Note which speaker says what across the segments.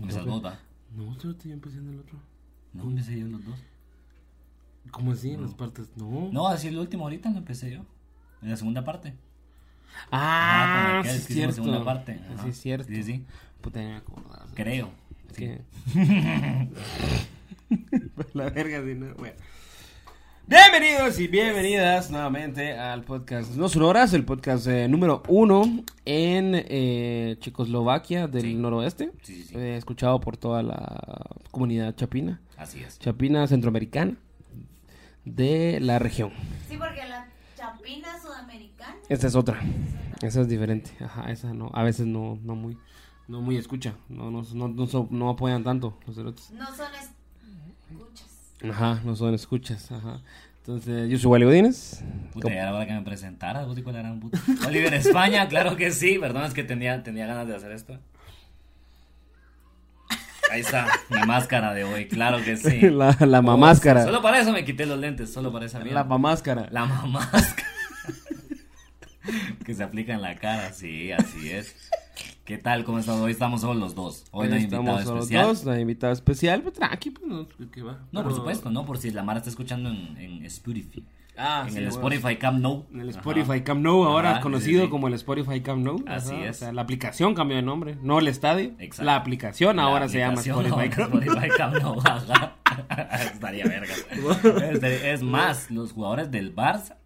Speaker 1: Empezamos dos, ¿va?
Speaker 2: No, yo te- yo empecé en el otro.
Speaker 1: No, empecé yo en los dos.
Speaker 2: ¿Cómo así? En las partes. No.
Speaker 1: No, así el último ahorita no empecé yo. En la segunda parte.
Speaker 2: Ah,
Speaker 1: Ah, con
Speaker 2: sí,
Speaker 1: el
Speaker 2: es
Speaker 1: que hicimos
Speaker 2: cierto.
Speaker 1: segunda parte. Ajá.
Speaker 2: Sí, es cierto.
Speaker 1: Sí, sí.
Speaker 2: Puta, ya me acordaba.
Speaker 1: Creo.
Speaker 2: Es
Speaker 1: Sí.
Speaker 2: que. La verga, sí, no. Bueno. Bienvenidos y bienvenidas nuevamente al podcast No Sonoras, el podcast eh, número uno en eh, Checoslovaquia del
Speaker 1: Sí.
Speaker 2: noroeste,
Speaker 1: Sí, sí, sí.
Speaker 2: Eh, escuchado por toda la comunidad chapina,
Speaker 1: Así es.
Speaker 2: chapina centroamericana de la región.
Speaker 3: Sí, porque la chapina sudamericana.
Speaker 2: Esta es otra. Esa es diferente. Ajá, esa no. A veces no, no muy. No muy escucha. No, no, no, no, so- no apoyan tanto los cerotes.
Speaker 3: No son escuchas.
Speaker 2: Ajá, no son escuchas. Ajá. Entonces, yo soy Wally Godínez.
Speaker 1: Puta, ya era hora que me presentaras, vos y cuál era un puto. Oliver España, claro que sí. Perdón, es que tenía, tenía ganas de hacer esto. Ahí está, mi máscara de hoy, claro que sí. Oh,
Speaker 2: La, la mamáscara.
Speaker 1: Solo para eso me quité los lentes, solo para esa mierda.
Speaker 2: La mamáscara.
Speaker 1: La mamáscara. que se aplica en la cara, sí, así es. ¿Qué tal? ¿Cómo estamos? Hoy estamos solo los dos. Hoy no hay invitado
Speaker 2: solo
Speaker 1: especial.
Speaker 2: dos, no hay invitado especial. Pues tranqui, pues no, ¿qué va?
Speaker 1: No, por
Speaker 2: Pero-
Speaker 1: supuesto, no, por si la Mara está escuchando en, en Spotify.
Speaker 2: Ah,
Speaker 1: en
Speaker 2: sí,
Speaker 1: el
Speaker 2: huevos.
Speaker 1: Spotify Camp No.
Speaker 2: En el
Speaker 1: Ajá.
Speaker 2: Spotify Camp Nou, ahora
Speaker 1: Ajá, sí,
Speaker 2: conocido
Speaker 1: sí.
Speaker 2: como el Spotify Camp Nou.
Speaker 1: Así
Speaker 2: Ajá, o
Speaker 1: es.
Speaker 2: sea, la aplicación cambió de nombre, no el estadio.
Speaker 1: Exacto.
Speaker 2: La aplicación
Speaker 1: La
Speaker 2: ahora se
Speaker 1: aplicación
Speaker 2: llama Spotify
Speaker 1: ahora
Speaker 2: Camp Nou.
Speaker 1: Spotify Camp Nou, ajá. Estaría verga. Este, Es más, los jugadores del Barça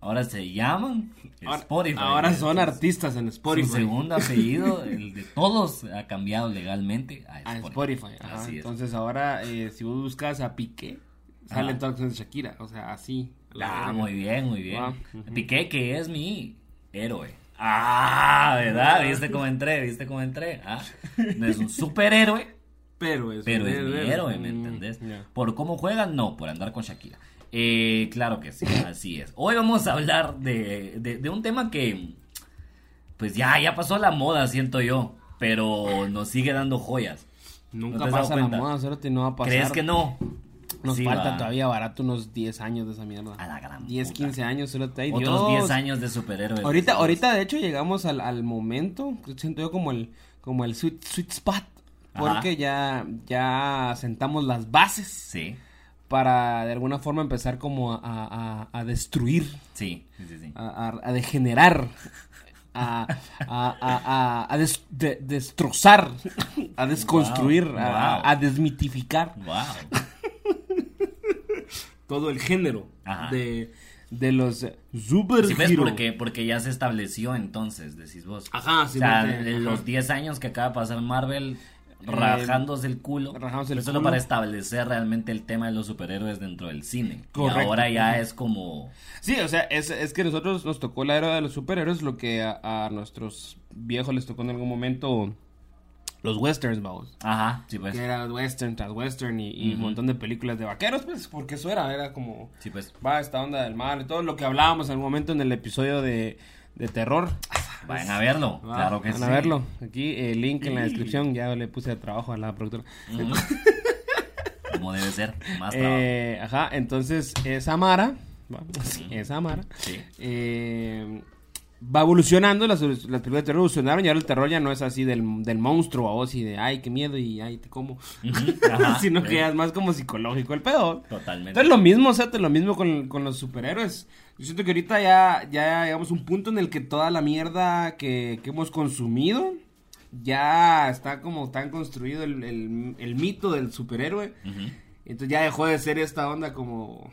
Speaker 1: ahora se llaman
Speaker 2: Ahora-
Speaker 1: Spotify.
Speaker 2: Ahora son
Speaker 1: Entonces,
Speaker 2: artistas en
Speaker 1: Su
Speaker 2: Spotify.
Speaker 1: segundo apellido, el de todos, ha cambiado legalmente a
Speaker 2: A
Speaker 1: Spotify.
Speaker 2: Ah, Spotify. ajá.
Speaker 1: Así es.
Speaker 2: Entonces ahora, eh, si vos buscas a Piqué, salen todas las canciones de Shakira. O sea, así.
Speaker 1: Ah, muy bien, muy bien.
Speaker 2: Wow.
Speaker 1: Piqué, que es mi héroe. Ah, ¿verdad? ¿Viste cómo entré? ¿Viste cómo entré? Ah, no es un superhéroe,
Speaker 2: Pero es,
Speaker 1: pero
Speaker 2: un
Speaker 1: es mi héroe, ¿me
Speaker 2: Mm,
Speaker 1: entendés?
Speaker 2: ya.
Speaker 1: ¿Por cómo juegan? No, por andar con Shakira. Eh, claro que sí, así es. Hoy vamos a hablar de, de- de un tema que, pues ya, ya pasó la moda, siento yo, pero nos sigue dando joyas. ¿No
Speaker 2: Nunca
Speaker 1: te has dado
Speaker 2: pasa la
Speaker 1: cuenta?
Speaker 2: moda, cerote, no va a pasar.
Speaker 1: ¿Crees que no?
Speaker 2: Nos
Speaker 1: Sí,
Speaker 2: faltan
Speaker 1: va.
Speaker 2: todavía barato unos 10 años de esa mierda.
Speaker 1: A la gran
Speaker 2: 10,
Speaker 1: puta.
Speaker 2: 15 años, cerote. Ay,
Speaker 1: Otros
Speaker 2: Dios.
Speaker 1: 10 años de superhéroes.
Speaker 2: Ahorita, ahorita de hecho llegamos al, al momento, que siento yo como el, como el sweet, sweet spot,
Speaker 1: Ajá.
Speaker 2: porque ya, ya sentamos las bases
Speaker 1: Sí,
Speaker 2: para de alguna forma empezar como a, a- a- a destruir,
Speaker 1: sí, sí, sí. sí.
Speaker 2: a, a- a degenerar, a, a- a- a- a des- de- destrozar, a desconstruir,
Speaker 1: Wow,
Speaker 2: a,
Speaker 1: wow.
Speaker 2: a desmitificar
Speaker 1: Wow.
Speaker 2: todo el género
Speaker 1: Ajá.
Speaker 2: de, de los super
Speaker 1: Sí, ves, porque, porque ya se estableció entonces, decís vos.
Speaker 2: Ajá, sí,
Speaker 1: O sea,
Speaker 2: porque-
Speaker 1: de
Speaker 2: ajá. Eh,
Speaker 1: los 10 años que acaba de pasar Marvel rajándose el culo.
Speaker 2: rajándose el
Speaker 1: pues, solo
Speaker 2: culo.
Speaker 1: para establecer realmente el tema de los superhéroes dentro del cine.
Speaker 2: Correcto.
Speaker 1: Y ahora ya es como...
Speaker 2: Sí, o sea, es, es que nosotros nos tocó la era de los superhéroes, lo que a, a nuestros viejos les tocó en algún momento los westerns, vamos.
Speaker 1: Ajá, sí pues.
Speaker 2: Que era western tras western y, y un montón de películas de vaqueros, pues, porque eso era, era como,
Speaker 1: Sí pues.
Speaker 2: va, esta onda del mal y todo lo que hablábamos en algún momento en el episodio de, de terror.
Speaker 1: Vayan a verlo,
Speaker 2: pues, Va,
Speaker 1: Ah, claro que
Speaker 2: van
Speaker 1: sí.
Speaker 2: a verlo. Aquí, el link en la descripción, ya le puse a trabajo a la productora.
Speaker 1: Ujú. como debe ser, más trabajo.
Speaker 2: Eh, ajá, entonces, es Amara, va, sí, es Amara.
Speaker 1: Sí.
Speaker 2: eh, va evolucionando, las, las películas de terror evolucionaron y ahora el terror ya no es así del, del monstruo a vos y de ay, qué miedo y ay, te como.
Speaker 1: Ujú, ajá,
Speaker 2: sino
Speaker 1: sí.
Speaker 2: que ya es más como psicológico el pedo.
Speaker 1: Totalmente.
Speaker 2: Entonces lo mismo, o sea, te- lo mismo con, con los superhéroes. Yo siento que ahorita ya, ya llegamos a un punto en el que toda la mierda que, que hemos consumido ya está como tan construido el, el- el mito del superhéroe.
Speaker 1: Ujú.
Speaker 2: Entonces ya dejó de ser esta onda como...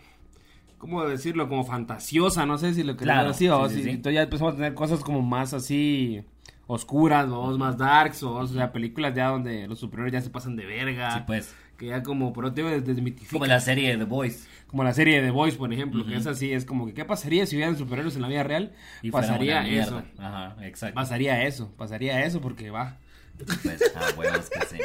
Speaker 2: ¿Cómo decirlo? Como fantasiosa, no sé si lo que
Speaker 1: Claro,
Speaker 2: así. o
Speaker 1: sí,
Speaker 2: si-
Speaker 1: sí, sí.
Speaker 2: Entonces ya empezamos a tener cosas como más así oscuras, o más darks, o, o sea, películas ya donde los superhéroes ya se pasan de verga.
Speaker 1: Sí pues.
Speaker 2: Que ya como, pero te des- desmitifican.
Speaker 1: Como la serie de The Boys.
Speaker 2: Como la serie de The Voice, por ejemplo, que es así, es como que ¿qué pasaría si hubieran superhéroes en la vida real?
Speaker 1: Y fuera
Speaker 2: pasaría
Speaker 1: una
Speaker 2: eso.
Speaker 1: mierda. Ajá, exacto.
Speaker 2: Pasaría eso, pasaría eso porque va.
Speaker 1: Pues, ah, huevos que sí.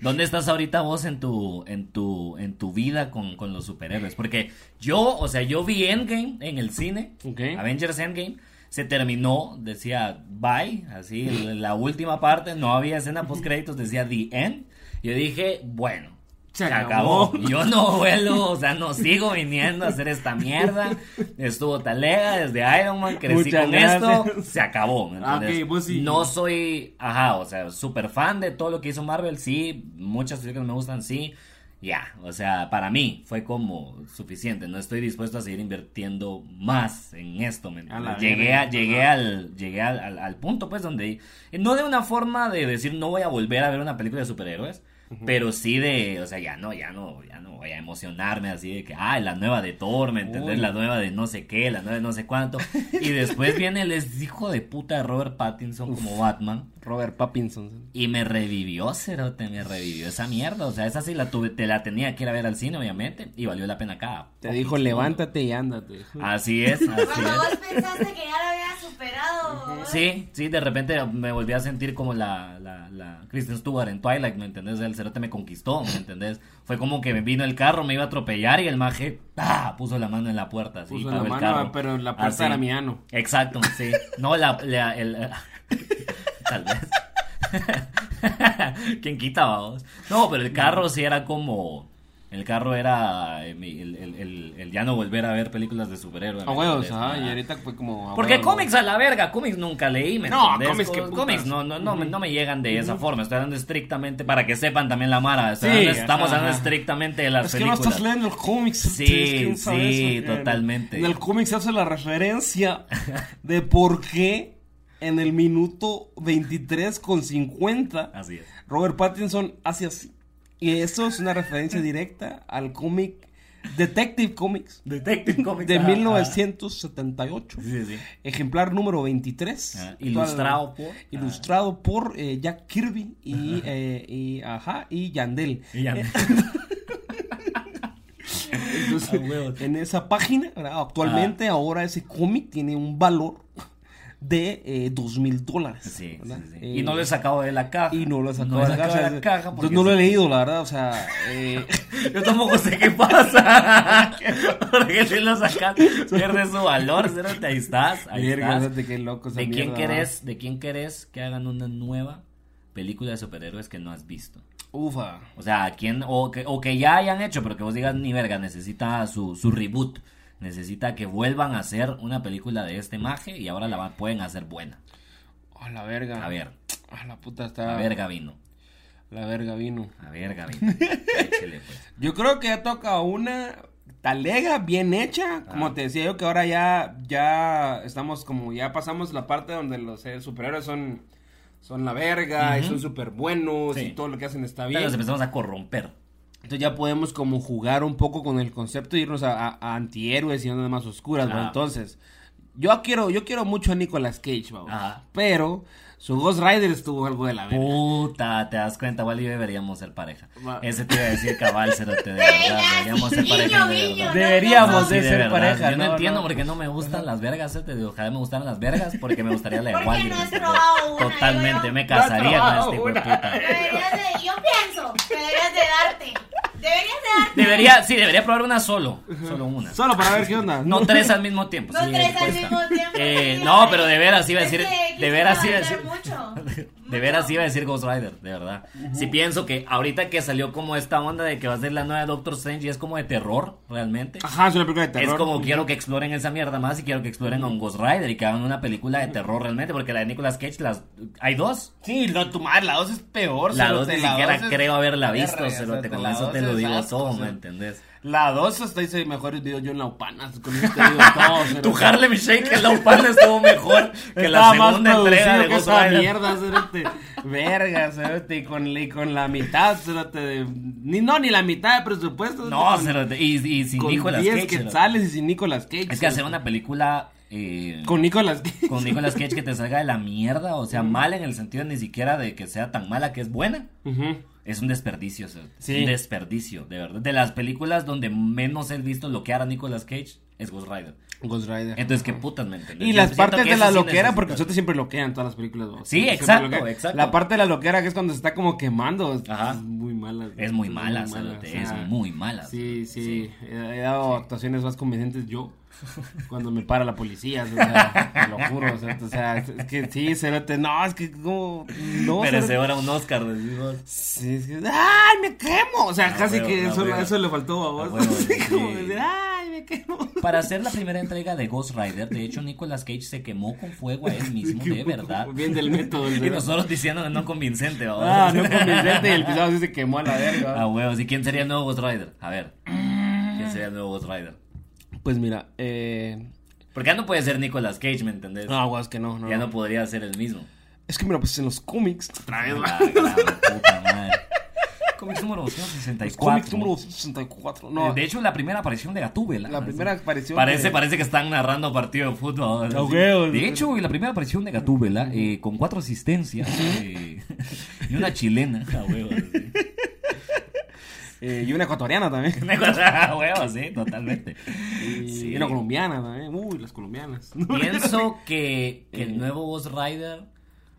Speaker 1: ¿Dónde estás ahorita vos en tu, en tu, en tu vida con, con los superhéroes? Porque yo, o sea, yo vi Endgame en el cine,
Speaker 2: Ok.
Speaker 1: Avengers Endgame, se terminó, decía bye, así, la última parte, no había escena post créditos, decía the end, y yo dije, bueno,
Speaker 2: Se
Speaker 1: Se
Speaker 2: acabó.
Speaker 1: acabó. Yo no vuelvo, o sea, no sigo viniendo a hacer esta mierda. Estuvo talega desde Iron Man, crecí
Speaker 2: Muchas
Speaker 1: con
Speaker 2: gracias.
Speaker 1: esto, se acabó. ¿me
Speaker 2: Ah,
Speaker 1: entendés?
Speaker 2: ok, vos sí.
Speaker 1: No soy, ajá, o sea, súper fan de todo lo que hizo Marvel, sí, muchas películas me gustan, sí. Ya, o sea, para mí fue como suficiente. No estoy dispuesto a seguir invirtiendo más en esto. ¿me
Speaker 2: A la
Speaker 1: entiendes? llegué
Speaker 2: verga.
Speaker 1: a, llegué al, llegué al, al- al punto, pues, donde no de una forma de decir no voy a volver a ver una película de superhéroes, pero sí de, o sea, ya no, ya no, ya no voy a emocionarme así de que, ah, la nueva de Thor, ¿me entendés?
Speaker 2: Uy.
Speaker 1: La nueva de no sé qué, la nueva de no sé cuánto. Y después viene el hijo de puta de Robert Pattinson como Batman.
Speaker 2: Robert Pattinson.
Speaker 1: Y me revivió, Cerote, me revivió esa mierda. O sea, esa sí la tuve, te la tenía que ir a ver al cine, obviamente, y valió la pena cada.
Speaker 2: Te
Speaker 1: fucking
Speaker 2: dijo,
Speaker 1: segundo".
Speaker 2: levántate y ándate.
Speaker 1: Así es, así
Speaker 3: Cuando
Speaker 1: es.
Speaker 3: vos pensaste que ya lo había superado. ¿vos?
Speaker 1: Sí, sí, de repente me volví a sentir como la, la, la Kristen Stewart en Twilight, ¿me entendés? El cerote me conquistó, ¿me entendés? Fue como que me vino el carro, me iba a atropellar y el maje ¡pa! puso la mano en la puerta. Así,
Speaker 2: Puso
Speaker 1: paró
Speaker 2: la
Speaker 1: el
Speaker 2: mano,
Speaker 1: carro.
Speaker 2: pero la puerta
Speaker 1: Así.
Speaker 2: era mi ano.
Speaker 1: Exacto, sí. No, la, la- el- tal vez. ¿Quién quita, vamos? No, pero el carro sí era como... El carro era eh, mi- el, el- el- el ya no volver a ver películas de superhéroes.
Speaker 2: A
Speaker 1: ¿me
Speaker 2: huevos,
Speaker 1: entendés?
Speaker 2: ajá, y
Speaker 1: Ah.
Speaker 2: ahorita fue como. a
Speaker 1: Porque
Speaker 2: huevos.
Speaker 1: cómics a la verga, cómics nunca leí, ¿me
Speaker 2: No,
Speaker 1: entendés?
Speaker 2: cómics, qué
Speaker 1: Cómics
Speaker 2: putas.
Speaker 1: no, no, no, me- no me llegan de esa forma, estoy hablando estrictamente para que sepan también la mara, estoy
Speaker 2: Sí,
Speaker 1: hablando- estamos
Speaker 2: ajá,
Speaker 1: hablando
Speaker 2: ajá.
Speaker 1: estrictamente de las
Speaker 2: Es que no
Speaker 1: películas.
Speaker 2: estás leyendo el cómics.
Speaker 1: Sí,
Speaker 2: es que no sabes,
Speaker 1: sí,
Speaker 2: man.
Speaker 1: totalmente.
Speaker 2: En el cómics hace la referencia de por qué en el minuto 23 con 50
Speaker 1: Así es.
Speaker 2: Robert Pattinson hace así. Y eso es una referencia directa al cómic Detective Comics ah,
Speaker 1: Detective Comics.
Speaker 2: de
Speaker 1: ajá,
Speaker 2: 1978.
Speaker 1: ajá. Sí, sí, sí.
Speaker 2: Ejemplar número 23.
Speaker 1: Ah,
Speaker 2: Toda la-
Speaker 1: ilustrado por-
Speaker 2: Ilustrado por eh, Jack Kirby y, eh, y, ajá, y Yandel.
Speaker 1: Y ya.
Speaker 2: Entonces,
Speaker 1: Ah, huevo.
Speaker 2: en esa página, ¿verdad? actualmente ahora ese cómic tiene un valor de eh, dos mil dólares.
Speaker 1: Sí,
Speaker 2: ¿verdad?
Speaker 1: sí, sí.
Speaker 2: Eh,
Speaker 1: Y no lo he sacado de la caja.
Speaker 2: y no lo he sacado de la
Speaker 1: sacado
Speaker 2: caja.
Speaker 1: de la caja
Speaker 2: Entonces,
Speaker 1: porque
Speaker 2: no lo he
Speaker 1: sí.
Speaker 2: leído, la verdad. O sea, eh,
Speaker 1: Yo tampoco sé qué pasa. Porque si lo sacas, pierde su valor, cerote, ahí estás, ahí
Speaker 2: verga,
Speaker 1: estás.
Speaker 2: fíjate qué loco esa
Speaker 1: ¿De quién
Speaker 2: mierda,
Speaker 1: querés, de quién querés que hagan una nueva película de superhéroes que no has visto?
Speaker 2: ¿verdad? Ufa.
Speaker 1: O sea, ¿a quién o que, o que ya hayan hecho, pero que vos digas ni verga, necesita su, su reboot. Necesita que vuelvan a hacer una película de este maje y ahora la va- pueden hacer buena.
Speaker 2: A la verga.
Speaker 1: A ver,
Speaker 2: A la puta está.
Speaker 1: a verga vino.
Speaker 2: La verga vino.
Speaker 1: A verga vino. Échele, pues.
Speaker 2: Yo creo que ya toca una talega bien hecha.
Speaker 1: Ah.
Speaker 2: Como te decía yo que ahora ya, ya estamos como, ya pasamos la parte donde los eh, superhéroes son, son la verga y son súper buenos
Speaker 1: Sí.
Speaker 2: y todo lo que hacen está
Speaker 1: Pero
Speaker 2: bien.
Speaker 1: nos empezamos a corromper.
Speaker 2: Entonces ya podemos como jugar un poco con el concepto y irnos a, a- a antihéroes y ondas más oscuras, ¿va?
Speaker 1: Ah.
Speaker 2: Entonces, yo quiero, yo quiero mucho a Nicolas Cage, ¿va?
Speaker 1: Ajá.
Speaker 2: Pero su Ghost Rider estuvo algo de la verga.
Speaker 1: Puta, te das cuenta, Wally y yo deberíamos ser pareja.
Speaker 2: Va.
Speaker 1: Ese te iba a decir cabal, cerote, de verdad. Deberíamos ser
Speaker 3: Guiño,
Speaker 1: pareja. de
Speaker 3: guiño,
Speaker 1: verdad.
Speaker 3: no,
Speaker 2: Deberíamos
Speaker 3: no,
Speaker 1: Sí,
Speaker 2: de ser
Speaker 1: verdad,
Speaker 2: pareja.
Speaker 1: Yo no,
Speaker 2: no,
Speaker 1: entiendo
Speaker 2: no.
Speaker 1: por qué no me gustan las vergas, eh, te digo, ojalá me gustaran las vergas porque me gustaría la de
Speaker 3: Porque
Speaker 1: Waldir.
Speaker 3: no has probado una,
Speaker 1: Totalmente,
Speaker 3: yo-
Speaker 1: me
Speaker 2: No has
Speaker 1: casaría con
Speaker 2: probado
Speaker 1: este hijo de
Speaker 2: una.
Speaker 1: puta.
Speaker 3: Deberías de- yo pienso que deberías de darte. Deberías de darte.
Speaker 1: Debería, sí, debería probar una solo, solo una.
Speaker 2: Solo para ver qué onda.
Speaker 1: No tres al mismo tiempo.
Speaker 3: No
Speaker 1: sí,
Speaker 3: tres al
Speaker 1: cuesta.
Speaker 3: mismo tiempo.
Speaker 1: Eh, no, pero de veras iba a
Speaker 3: Es
Speaker 1: decir,
Speaker 3: que aquí
Speaker 1: de
Speaker 3: se
Speaker 1: veras
Speaker 3: va a
Speaker 1: iba a
Speaker 3: bailar
Speaker 1: decir.
Speaker 3: mucho.
Speaker 1: De veras
Speaker 3: Mucho.
Speaker 1: iba a decir Ghost Rider, de verdad. Si pienso que ahorita que salió como esta onda de que va a ser la nueva Doctor Strange y es como de terror, realmente.
Speaker 3: Ah,
Speaker 2: Ajá, es una película de terror.
Speaker 1: Es como quiero que exploren esa mierda más y quiero que exploren a un Ghost Rider y que hagan una película de terror realmente, porque la de Nicolas Cage, las, hay dos.
Speaker 2: Sí, no, tu madre, la 2 es peor.
Speaker 1: La
Speaker 2: cerote,
Speaker 1: dos ni
Speaker 2: la
Speaker 1: siquiera
Speaker 2: dos es-
Speaker 1: creo haberla
Speaker 2: Verga,
Speaker 1: visto, cerote,
Speaker 2: cerote,
Speaker 1: con
Speaker 2: la
Speaker 1: eso
Speaker 2: dos
Speaker 1: te lo
Speaker 2: es
Speaker 1: digo
Speaker 2: asco,
Speaker 1: todo, ¿me
Speaker 2: cerote.
Speaker 1: entendés?
Speaker 2: La 2 hasta hice mejores videos yo en la upana. Con eso te digo todo. cerote.
Speaker 1: Tu Harlem Shake en la Upana estuvo mejor que la
Speaker 2: Estaba más
Speaker 1: segunda entrega
Speaker 2: producido
Speaker 1: de
Speaker 2: que
Speaker 1: Ghost
Speaker 2: esa
Speaker 1: Rider.
Speaker 2: mierda, cerote. Verga, cerote. Y con, y con la mitad, cerote. de- Ni, no, ni la mitad de presupuesto. cerote,
Speaker 1: No,
Speaker 2: con-
Speaker 1: cerote, y, y sin
Speaker 2: Con
Speaker 1: Nicolas
Speaker 2: 10
Speaker 1: Cage. cerote.
Speaker 2: quetzales y sin Nicolas Cage.
Speaker 1: Es que hacer
Speaker 2: cerote.
Speaker 1: una película... eh,
Speaker 2: Con Nicolas Cage.
Speaker 1: con Nicolas Cage que te salga de la mierda, o sea, mal en el sentido ni siquiera de que sea tan mala que es buena.
Speaker 2: Ujú.
Speaker 1: Es un desperdicio, o sea, es
Speaker 2: Sí.
Speaker 1: un desperdicio, de verdad. De las películas donde menos he visto loquear a Nicolas Cage es Ghost Rider.
Speaker 2: Ghost Rider.
Speaker 1: Entonces, qué putas me entendés?
Speaker 2: Y
Speaker 1: Yo
Speaker 2: las
Speaker 1: siento
Speaker 2: partes
Speaker 1: que
Speaker 2: de
Speaker 1: eso
Speaker 2: la
Speaker 1: sí
Speaker 2: loquera,
Speaker 1: necesita-
Speaker 2: porque nosotros siempre loquean todas las películas. ¿no?
Speaker 1: Sí,
Speaker 2: Siempre
Speaker 1: exacto,
Speaker 2: loquean.
Speaker 1: exacto.
Speaker 2: La parte de la loquera que es cuando se está como quemando. es-
Speaker 1: Ajá.
Speaker 2: Es muy mala.
Speaker 1: Es muy mala, Cerote,
Speaker 2: o sea,
Speaker 1: es muy mala.
Speaker 2: Sí,
Speaker 1: Cerote,
Speaker 2: sí, He he dado actuaciones más convincentes yo cuando me para la policía, o sea, te lo juro, o sea, o sea, es que sí, Cerote, no, es que como, no,
Speaker 1: Merece
Speaker 2: Cerote.
Speaker 1: ahora un Oscar, decimos.
Speaker 2: Sí, es que, ¡ay, me quemo! O sea,
Speaker 1: Ah,
Speaker 2: casi
Speaker 1: huevo,
Speaker 2: que
Speaker 1: ah,
Speaker 2: eso,
Speaker 1: huevo.
Speaker 2: eso le faltó a vos,
Speaker 1: Ah, huevo,
Speaker 2: así
Speaker 1: sí.
Speaker 2: como decir, ¡ay, me quemo!
Speaker 1: Para hacer la primera entrega de Ghost Rider, de hecho, Nicolas Cage se quemó con fuego a él mismo,
Speaker 2: quemó
Speaker 1: de
Speaker 2: con-
Speaker 1: verdad.
Speaker 2: bien del método,
Speaker 1: Y
Speaker 2: ¿verdad?
Speaker 1: nosotros diciendo no convincente, vamos.
Speaker 2: Ah, no Ah, convincente, y el pisado sí se quemó a la verga.
Speaker 1: A huevos. ¿Y quién sería el nuevo Ghost Rider? A ver. ¿Quién sería el nuevo Ghost Rider?
Speaker 2: Pues mira, eh...
Speaker 1: Porque ya no puede ser Nicolas Cage, ¿me entendés?
Speaker 2: No, guau, es que no, no.
Speaker 1: Ya
Speaker 2: no.
Speaker 1: no podría ser el mismo.
Speaker 2: Es que mira, pues en los cómics... Trae
Speaker 1: La gran puta madre. Cómics número 264.
Speaker 2: Cómics número 64. No,
Speaker 1: Eh, De hecho, la primera aparición de Gatúbela.
Speaker 2: La primera aparición
Speaker 1: Parece,
Speaker 2: de-
Speaker 1: parece que están narrando partido de fútbol.
Speaker 2: Ah,
Speaker 1: Sí.
Speaker 2: huevos.
Speaker 1: De hecho, güey, la primera aparición de Gatúbela, eh, con cuatro asistencias eh, y una chilena. A huevos. sí.
Speaker 2: eh, y una ecuatoriana también.
Speaker 1: Una cosa, a huevos, sí, totalmente.
Speaker 2: Y,
Speaker 1: Sí.
Speaker 2: y una colombiana también. Uy, las colombianas.
Speaker 1: Pienso que, que
Speaker 2: Eh.
Speaker 1: el nuevo Ghost Rider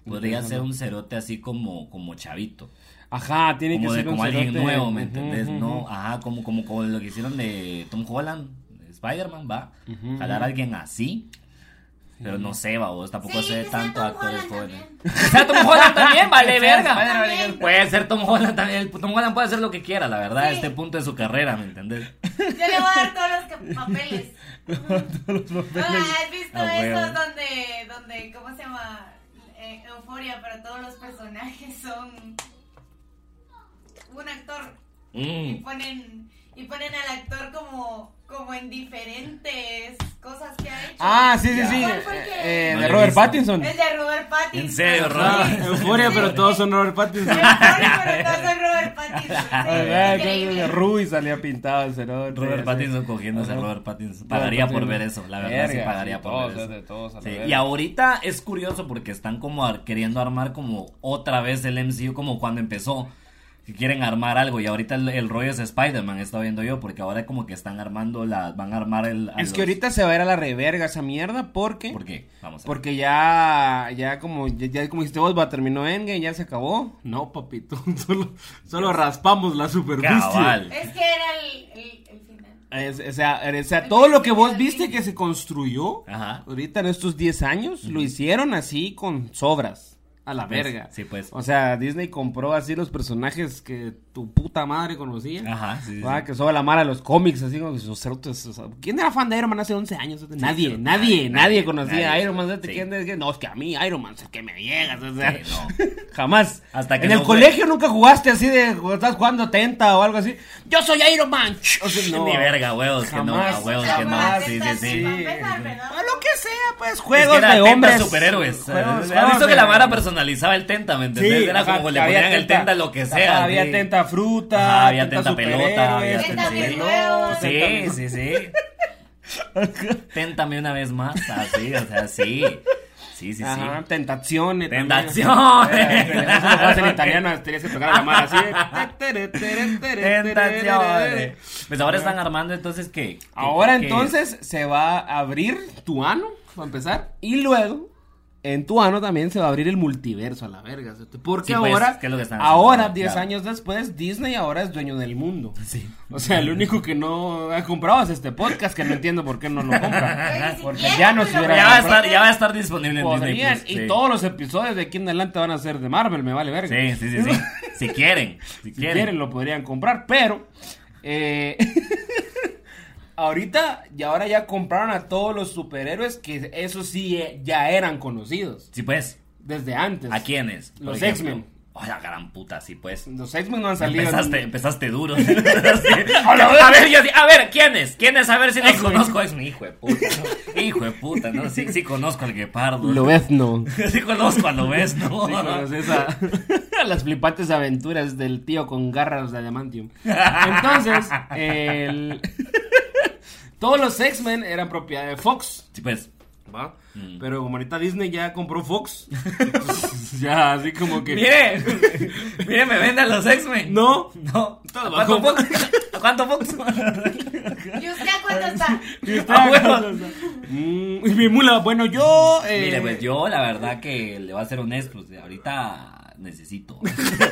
Speaker 1: podría ser un cerote así como, como chavito.
Speaker 2: Ajá, tiene
Speaker 1: Como
Speaker 2: que
Speaker 1: de
Speaker 2: ser un
Speaker 1: como alguien
Speaker 2: cerote.
Speaker 1: nuevo, ¿me
Speaker 2: Ujú,
Speaker 1: entendés?
Speaker 2: ujú.
Speaker 1: No, ajá, como, como, como lo que hicieron de Tom Holland, Spider-Man, va. Jalar a alguien así. Pero no sé, va, vos tampoco
Speaker 3: Sí,
Speaker 1: sé
Speaker 3: que sea
Speaker 1: pues, eh, tanto
Speaker 3: Tom
Speaker 1: actores
Speaker 3: Holland
Speaker 1: jóvenes.
Speaker 3: también.
Speaker 1: Que sea Tom Holland también, vale,
Speaker 2: Que sea
Speaker 1: verga.
Speaker 3: Spider-Man.
Speaker 1: Puede ser Tom Holland también. el- Tom Holland puede hacer lo que quiera, la verdad, a
Speaker 3: Sí.
Speaker 1: este punto de su carrera, ¿me entendés?
Speaker 3: Yo le voy a dar todos los que- papeles. Ah, ¿Has visto
Speaker 1: Ah,
Speaker 3: eso
Speaker 1: huevo.
Speaker 3: donde, donde, ¿cómo se llama? Eh, Euforia, pero todos los personajes son un actor y
Speaker 1: Mm.
Speaker 3: ponen y ponen al actor como, como en diferentes cosas que ha hecho.
Speaker 2: Ah, sí, sí, sí.
Speaker 3: ¿Cuál fue el que- Ah,
Speaker 2: Eh, eh,
Speaker 1: No lo
Speaker 2: de
Speaker 1: he
Speaker 2: Robert
Speaker 1: visto.
Speaker 2: Pattinson.
Speaker 3: El de Robert Pattinson.
Speaker 1: En serio,
Speaker 2: Ah,
Speaker 1: Robert.
Speaker 2: Euforia, pero todos son Robert Pattinson. Ah,
Speaker 3: Euforia, pero todos son Robert Pattinson. Sí,
Speaker 2: Ajá,
Speaker 3: increíble.
Speaker 2: que Ruby salía pintado el cerote.
Speaker 1: Robert
Speaker 2: así.
Speaker 1: Pattinson cogiéndose a
Speaker 2: Ajá.
Speaker 1: Robert Pattinson. Pagaría
Speaker 2: Robert
Speaker 1: por ver
Speaker 2: Pattinson.
Speaker 1: eso, la verdad sí
Speaker 2: Verga,
Speaker 1: pagaría por
Speaker 2: todos,
Speaker 1: ver
Speaker 2: de
Speaker 1: eso.
Speaker 2: todos a la
Speaker 1: Sí,
Speaker 2: verga.
Speaker 1: Y ahorita es curioso porque están como ar- queriendo armar como otra vez el MCU como cuando empezó. Que quieren armar algo y ahorita el, el rollo es Spider-Man, está viendo yo, porque ahora como que están armando la... Van a armar el... a
Speaker 2: Es que
Speaker 1: los-
Speaker 2: ahorita se va a ir a la reverga esa mierda porque...
Speaker 1: ¿Por qué? Vamos a ver.
Speaker 2: Porque ya, ya como, ya, ya como dijiste vos, va, terminó Endgame, ya se acabó. No, papito, solo, solo raspamos la superficie.
Speaker 1: Cabal.
Speaker 3: Es que era el, el, el final.
Speaker 2: Es- o sea, o sea, todo lo que vos viste que se construyó
Speaker 1: Ajá.
Speaker 2: ahorita en estos 10 años, lo hicieron así con sobras. A la
Speaker 1: Sí, pues,
Speaker 2: verga.
Speaker 1: sí, pues.
Speaker 2: O sea, Disney compró así los personajes que tu puta madre conocía.
Speaker 1: Ajá, sí, sí,
Speaker 2: Ah,
Speaker 1: sí.
Speaker 2: que sobra la mara los cómics, así como que sus cerotes, o sea, ¿Quién era fan de Iron Man hace 11 años? nadie,
Speaker 1: pero
Speaker 2: nadie,
Speaker 1: nadie,
Speaker 2: nadie,
Speaker 1: nadie,
Speaker 2: conocía a
Speaker 1: nadie,
Speaker 2: Iron Man. ¿sabes?
Speaker 1: sí.
Speaker 2: ¿Quién es? que- No, es que a mí Iron Man es el que me llegas, o sea,
Speaker 1: Sí, no.
Speaker 2: jamás.
Speaker 1: Hasta que
Speaker 2: en
Speaker 1: no
Speaker 2: el
Speaker 1: fue.
Speaker 2: colegio nunca jugaste así de, estás jugando tenta o algo así. Yo soy Iron Man. O sea, no.
Speaker 1: Ni verga, huevos, que no,
Speaker 2: Jamás,
Speaker 1: a huevos, que no.
Speaker 2: jamás,
Speaker 1: Sí, sí,
Speaker 3: Estas
Speaker 1: sí.
Speaker 3: van a empezar, ¿verdad?
Speaker 2: Ah, Lo que sea, pues,
Speaker 1: Es
Speaker 2: juegos
Speaker 1: que era
Speaker 2: de
Speaker 1: Tenta
Speaker 2: hombres.
Speaker 1: superhéroes.
Speaker 2: Juegos-
Speaker 1: ¿Has
Speaker 2: juegos
Speaker 1: visto que
Speaker 2: de-
Speaker 1: la vara personalizaba el tenta, ¿me entendés?
Speaker 2: Sí,
Speaker 1: era
Speaker 2: ajá,
Speaker 1: como le
Speaker 2: había
Speaker 1: ponían el tenta lo que sea.
Speaker 2: ajá, había
Speaker 1: sí.
Speaker 2: tenta fruta,
Speaker 1: Ajá, había tenta pelota, había
Speaker 2: superhéroes,
Speaker 1: tenta
Speaker 3: Tenta
Speaker 1: sí.
Speaker 3: huevos.
Speaker 1: Pues Sí, sí, sí. Téntame una vez más, así, o sea, sí. Sí, sí,
Speaker 2: Ajá,
Speaker 1: sí.
Speaker 2: tentaciones. también.
Speaker 1: Tentaciones.
Speaker 2: Eh, Eso lo juegas en italiano, tenías que tocar a la mano así.
Speaker 1: Tentaciones. Pues ahora están armando entonces que.
Speaker 2: Ahora entonces se va a abrir tu ano, para empezar, y luego en tu ano también se va a abrir el multiverso a la verga. ¿sí? Porque
Speaker 1: Sí, pues,
Speaker 2: ahora,
Speaker 1: que es lo que están haciendo, Ah,
Speaker 2: ahora,
Speaker 1: claro.
Speaker 2: 10 años después, Disney ahora es dueño del mundo.
Speaker 1: Sí.
Speaker 2: O sea, el único que no ha comprado es este podcast, que no entiendo por qué no lo
Speaker 3: Pero
Speaker 2: compra.
Speaker 3: ni
Speaker 2: Porque
Speaker 3: siquiera
Speaker 2: ya nos
Speaker 3: lo
Speaker 1: Ya
Speaker 2: hubiera
Speaker 1: va, a
Speaker 2: comprado.
Speaker 1: estar, ya va a estar disponible en Disney
Speaker 2: Podrían,
Speaker 1: Plus,
Speaker 2: y
Speaker 1: sí.
Speaker 2: todos los episodios de aquí en adelante van a ser de Marvel, me vale verga.
Speaker 1: Sí, sí, sí, sí. Si quieren. Si
Speaker 2: Si quieren
Speaker 1: quieren.
Speaker 2: lo podrían comprar, pero eh, ahorita y ahora ya compraron a todos los superhéroes que eso sí eh, ya eran conocidos
Speaker 1: Sí, pues.
Speaker 2: desde antes.
Speaker 1: ¿A quiénes? Por
Speaker 2: Los
Speaker 1: ejemplo.
Speaker 2: X-Men.
Speaker 1: Ay, la gran puta, sí, pues.
Speaker 2: Los X-Men no han salido.
Speaker 1: Empezaste,
Speaker 2: en-
Speaker 1: empezaste duro. Sí. a ver, yo sí- a ver, ¿quiénes? ¿Quiénes? A ver si los
Speaker 2: X-Men.
Speaker 1: conozco. Es mi hijo de puta. ¿no? Hijo de puta, ¿no? Sí, sí conozco al guepardo.
Speaker 2: Lo ves, no.
Speaker 1: Sí conozco a lo ves, ¿no?
Speaker 2: Sí, conoces a- a las flipantes aventuras del tío con garras de adamantium. Entonces, el- todos los X-Men eran propiedad de Fox.
Speaker 1: Sí, pues.
Speaker 2: ¿va?
Speaker 1: Mm.
Speaker 2: Pero como ahorita Disney ya compró Fox, entonces, ya así como que...
Speaker 1: Mire, mire, me venden los X-Men.
Speaker 2: No.
Speaker 1: No.
Speaker 2: Todo
Speaker 1: ¿A cuánto
Speaker 2: bajo.
Speaker 1: Fox? ¿A cuánto Fox?
Speaker 3: ¿Y usted a cuánto está?
Speaker 1: Ah, bueno.
Speaker 2: Mm, y mi mula, bueno, yo... eh,
Speaker 1: pues Mire, pues yo la verdad que le voy a ser honesto, o sea, ahorita necesito. Este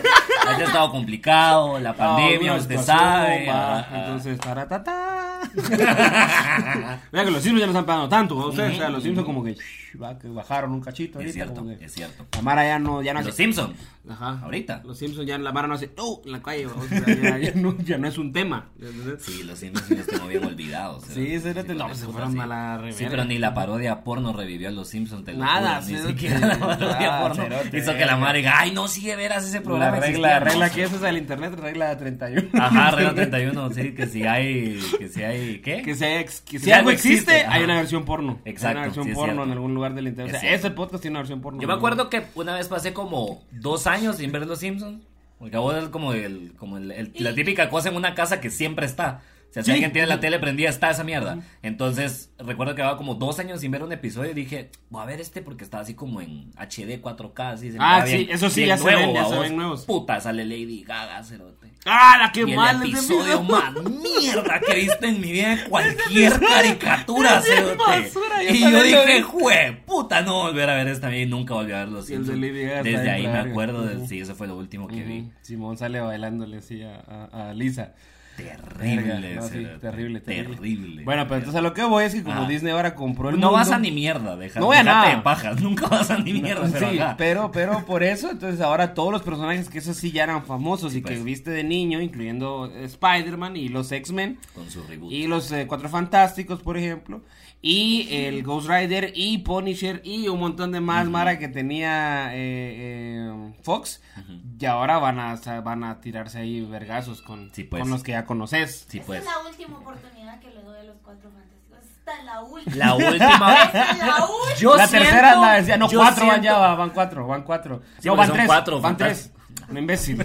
Speaker 1: ha estado complicado, la pandemia,
Speaker 2: Ah,
Speaker 1: usted
Speaker 2: una
Speaker 1: sabe.
Speaker 2: situación, va.
Speaker 1: ah, ah.
Speaker 2: Entonces, taratata. Vea que los Simpsons ya no están pagando tanto, ¿va? ustedes, o sea, los Simpsons como que, shh, va, que bajaron un cachito
Speaker 1: es
Speaker 2: ahorita,
Speaker 1: cierto,
Speaker 2: como que-
Speaker 1: es cierto.
Speaker 2: La Mara ya no, ya no
Speaker 1: Los
Speaker 2: hace.
Speaker 1: Simpson.
Speaker 2: Ajá.
Speaker 1: Ahorita.
Speaker 2: Los Simpsons ya la Mara no hace. ¡Oh! En la calle, ¿va? O sea, ya, ya no, ya no es un tema. ¿entendés?
Speaker 1: Sí, los Simpsons sí los tengo bien olvidados.
Speaker 2: Sí, espérate, no,
Speaker 1: pues,
Speaker 2: se
Speaker 1: puta,
Speaker 2: fueron
Speaker 1: sí.
Speaker 2: a la
Speaker 1: Sí,
Speaker 2: reverga.
Speaker 1: pero ni la parodia porno revivió a los Simpsons, te lo
Speaker 2: Nada,
Speaker 1: juro, ni
Speaker 2: cerote.
Speaker 1: siquiera la parodia
Speaker 2: Ah,
Speaker 1: porno
Speaker 2: cerote.
Speaker 1: hizo que la madre diga, ay, no, sí, de veras ese
Speaker 2: La
Speaker 1: programa
Speaker 2: regla, la
Speaker 1: existía,
Speaker 2: regla
Speaker 1: no,
Speaker 2: que eso es el internet, regla 31.
Speaker 1: Ajá, regla 31, sí, que si hay, que si hay, ¿qué?
Speaker 2: Que si, hay ex- que si
Speaker 1: Si
Speaker 2: algo
Speaker 1: algo
Speaker 2: existe,
Speaker 1: existe,
Speaker 2: hay
Speaker 1: ajá.
Speaker 2: una versión porno.
Speaker 1: Exacto,
Speaker 2: Hay una versión
Speaker 1: sí, es
Speaker 2: porno
Speaker 1: cierto.
Speaker 2: en algún lugar del internet.
Speaker 1: Es
Speaker 2: o sea,
Speaker 1: cierto.
Speaker 2: ese podcast tiene una versión porno.
Speaker 1: Yo me acuerdo que una vez pasé como dos años sin ver Los Simpsons. Porque vos es como, el, como el- el- la típica cosa en una casa que siempre está. O sea, si
Speaker 2: Sí.
Speaker 1: alguien tiene la tele prendida, está esa mierda. Entonces, recuerdo que llevaba como dos años sin ver un episodio y dije, voy a ver este porque estaba así como en HD 4K. Así, se
Speaker 2: Ah,
Speaker 1: miraba
Speaker 2: sí, eso sí, ya se ven, ya se
Speaker 1: babos.
Speaker 2: ven nuevos.
Speaker 1: Puta, sale Lady Gaga, cerote.
Speaker 2: ¡Ah, la que
Speaker 1: y
Speaker 2: mal!
Speaker 1: el
Speaker 2: ese
Speaker 1: episodio
Speaker 2: video!
Speaker 1: más mierda que he visto en mi vida cualquier caricatura,
Speaker 2: es bien
Speaker 1: cerote.
Speaker 2: basura, yo
Speaker 1: Y yo
Speaker 2: también lo vi.
Speaker 1: dije, jue, puta, no voy a volver a ver esta y nunca volví a ver los
Speaker 2: Y el de
Speaker 1: Simpsons.
Speaker 2: Lady Gaga está
Speaker 1: Desde
Speaker 2: bien
Speaker 1: ahí me
Speaker 2: verga.
Speaker 1: acuerdo, de-
Speaker 2: Ujú.
Speaker 1: sí, eso fue lo último que vi.
Speaker 2: Ujú. Simón sale bailándole así a, a- a Lisa. Verga,
Speaker 1: Terrible,
Speaker 2: no, sí,
Speaker 1: cerote,
Speaker 2: terrible, terrible.
Speaker 1: terrible.
Speaker 2: Bueno, pero entonces a lo que voy es que como
Speaker 1: Ah.
Speaker 2: Disney ahora compró el
Speaker 1: no vas
Speaker 2: mundo-
Speaker 1: a ni mierda, deja,
Speaker 2: No voy a
Speaker 1: déjate
Speaker 2: nada.
Speaker 1: de pajas, nunca vas a ni mierda, pero
Speaker 2: sí,
Speaker 1: ajá.
Speaker 2: pero, pero por eso, entonces ahora todos los personajes que eso sí ya eran famosos y que
Speaker 1: pues.
Speaker 2: viste de niño, incluyendo eh, Spider-Man y los X-Men
Speaker 1: con su reboot.
Speaker 2: y los eh, Cuatro Fantásticos, por ejemplo, y el Ghost Rider y Punisher y un montón de más Mara que tenía eh, eh, Fox, y ahora van a, sa- van a tirarse ahí vergazos con,
Speaker 1: Sí, pues.
Speaker 2: con los que ya conoces.
Speaker 1: Sí,
Speaker 3: Esta
Speaker 1: pues.
Speaker 3: es la última oportunidad que le doy a los cuatro fantásticos. Esta es la última.
Speaker 1: La última
Speaker 3: Esta
Speaker 1: vez.
Speaker 3: es la última.
Speaker 1: Yo
Speaker 2: la
Speaker 1: siento-
Speaker 2: tercera es la decía, no,
Speaker 1: yo
Speaker 2: cuatro van
Speaker 1: siento-
Speaker 2: ya, va, van cuatro, van cuatro.
Speaker 1: Sí,
Speaker 2: no,
Speaker 1: porque
Speaker 2: van
Speaker 1: son
Speaker 2: tres,
Speaker 1: cuatro,
Speaker 2: van
Speaker 1: fantas-
Speaker 2: tres. Un imbécil.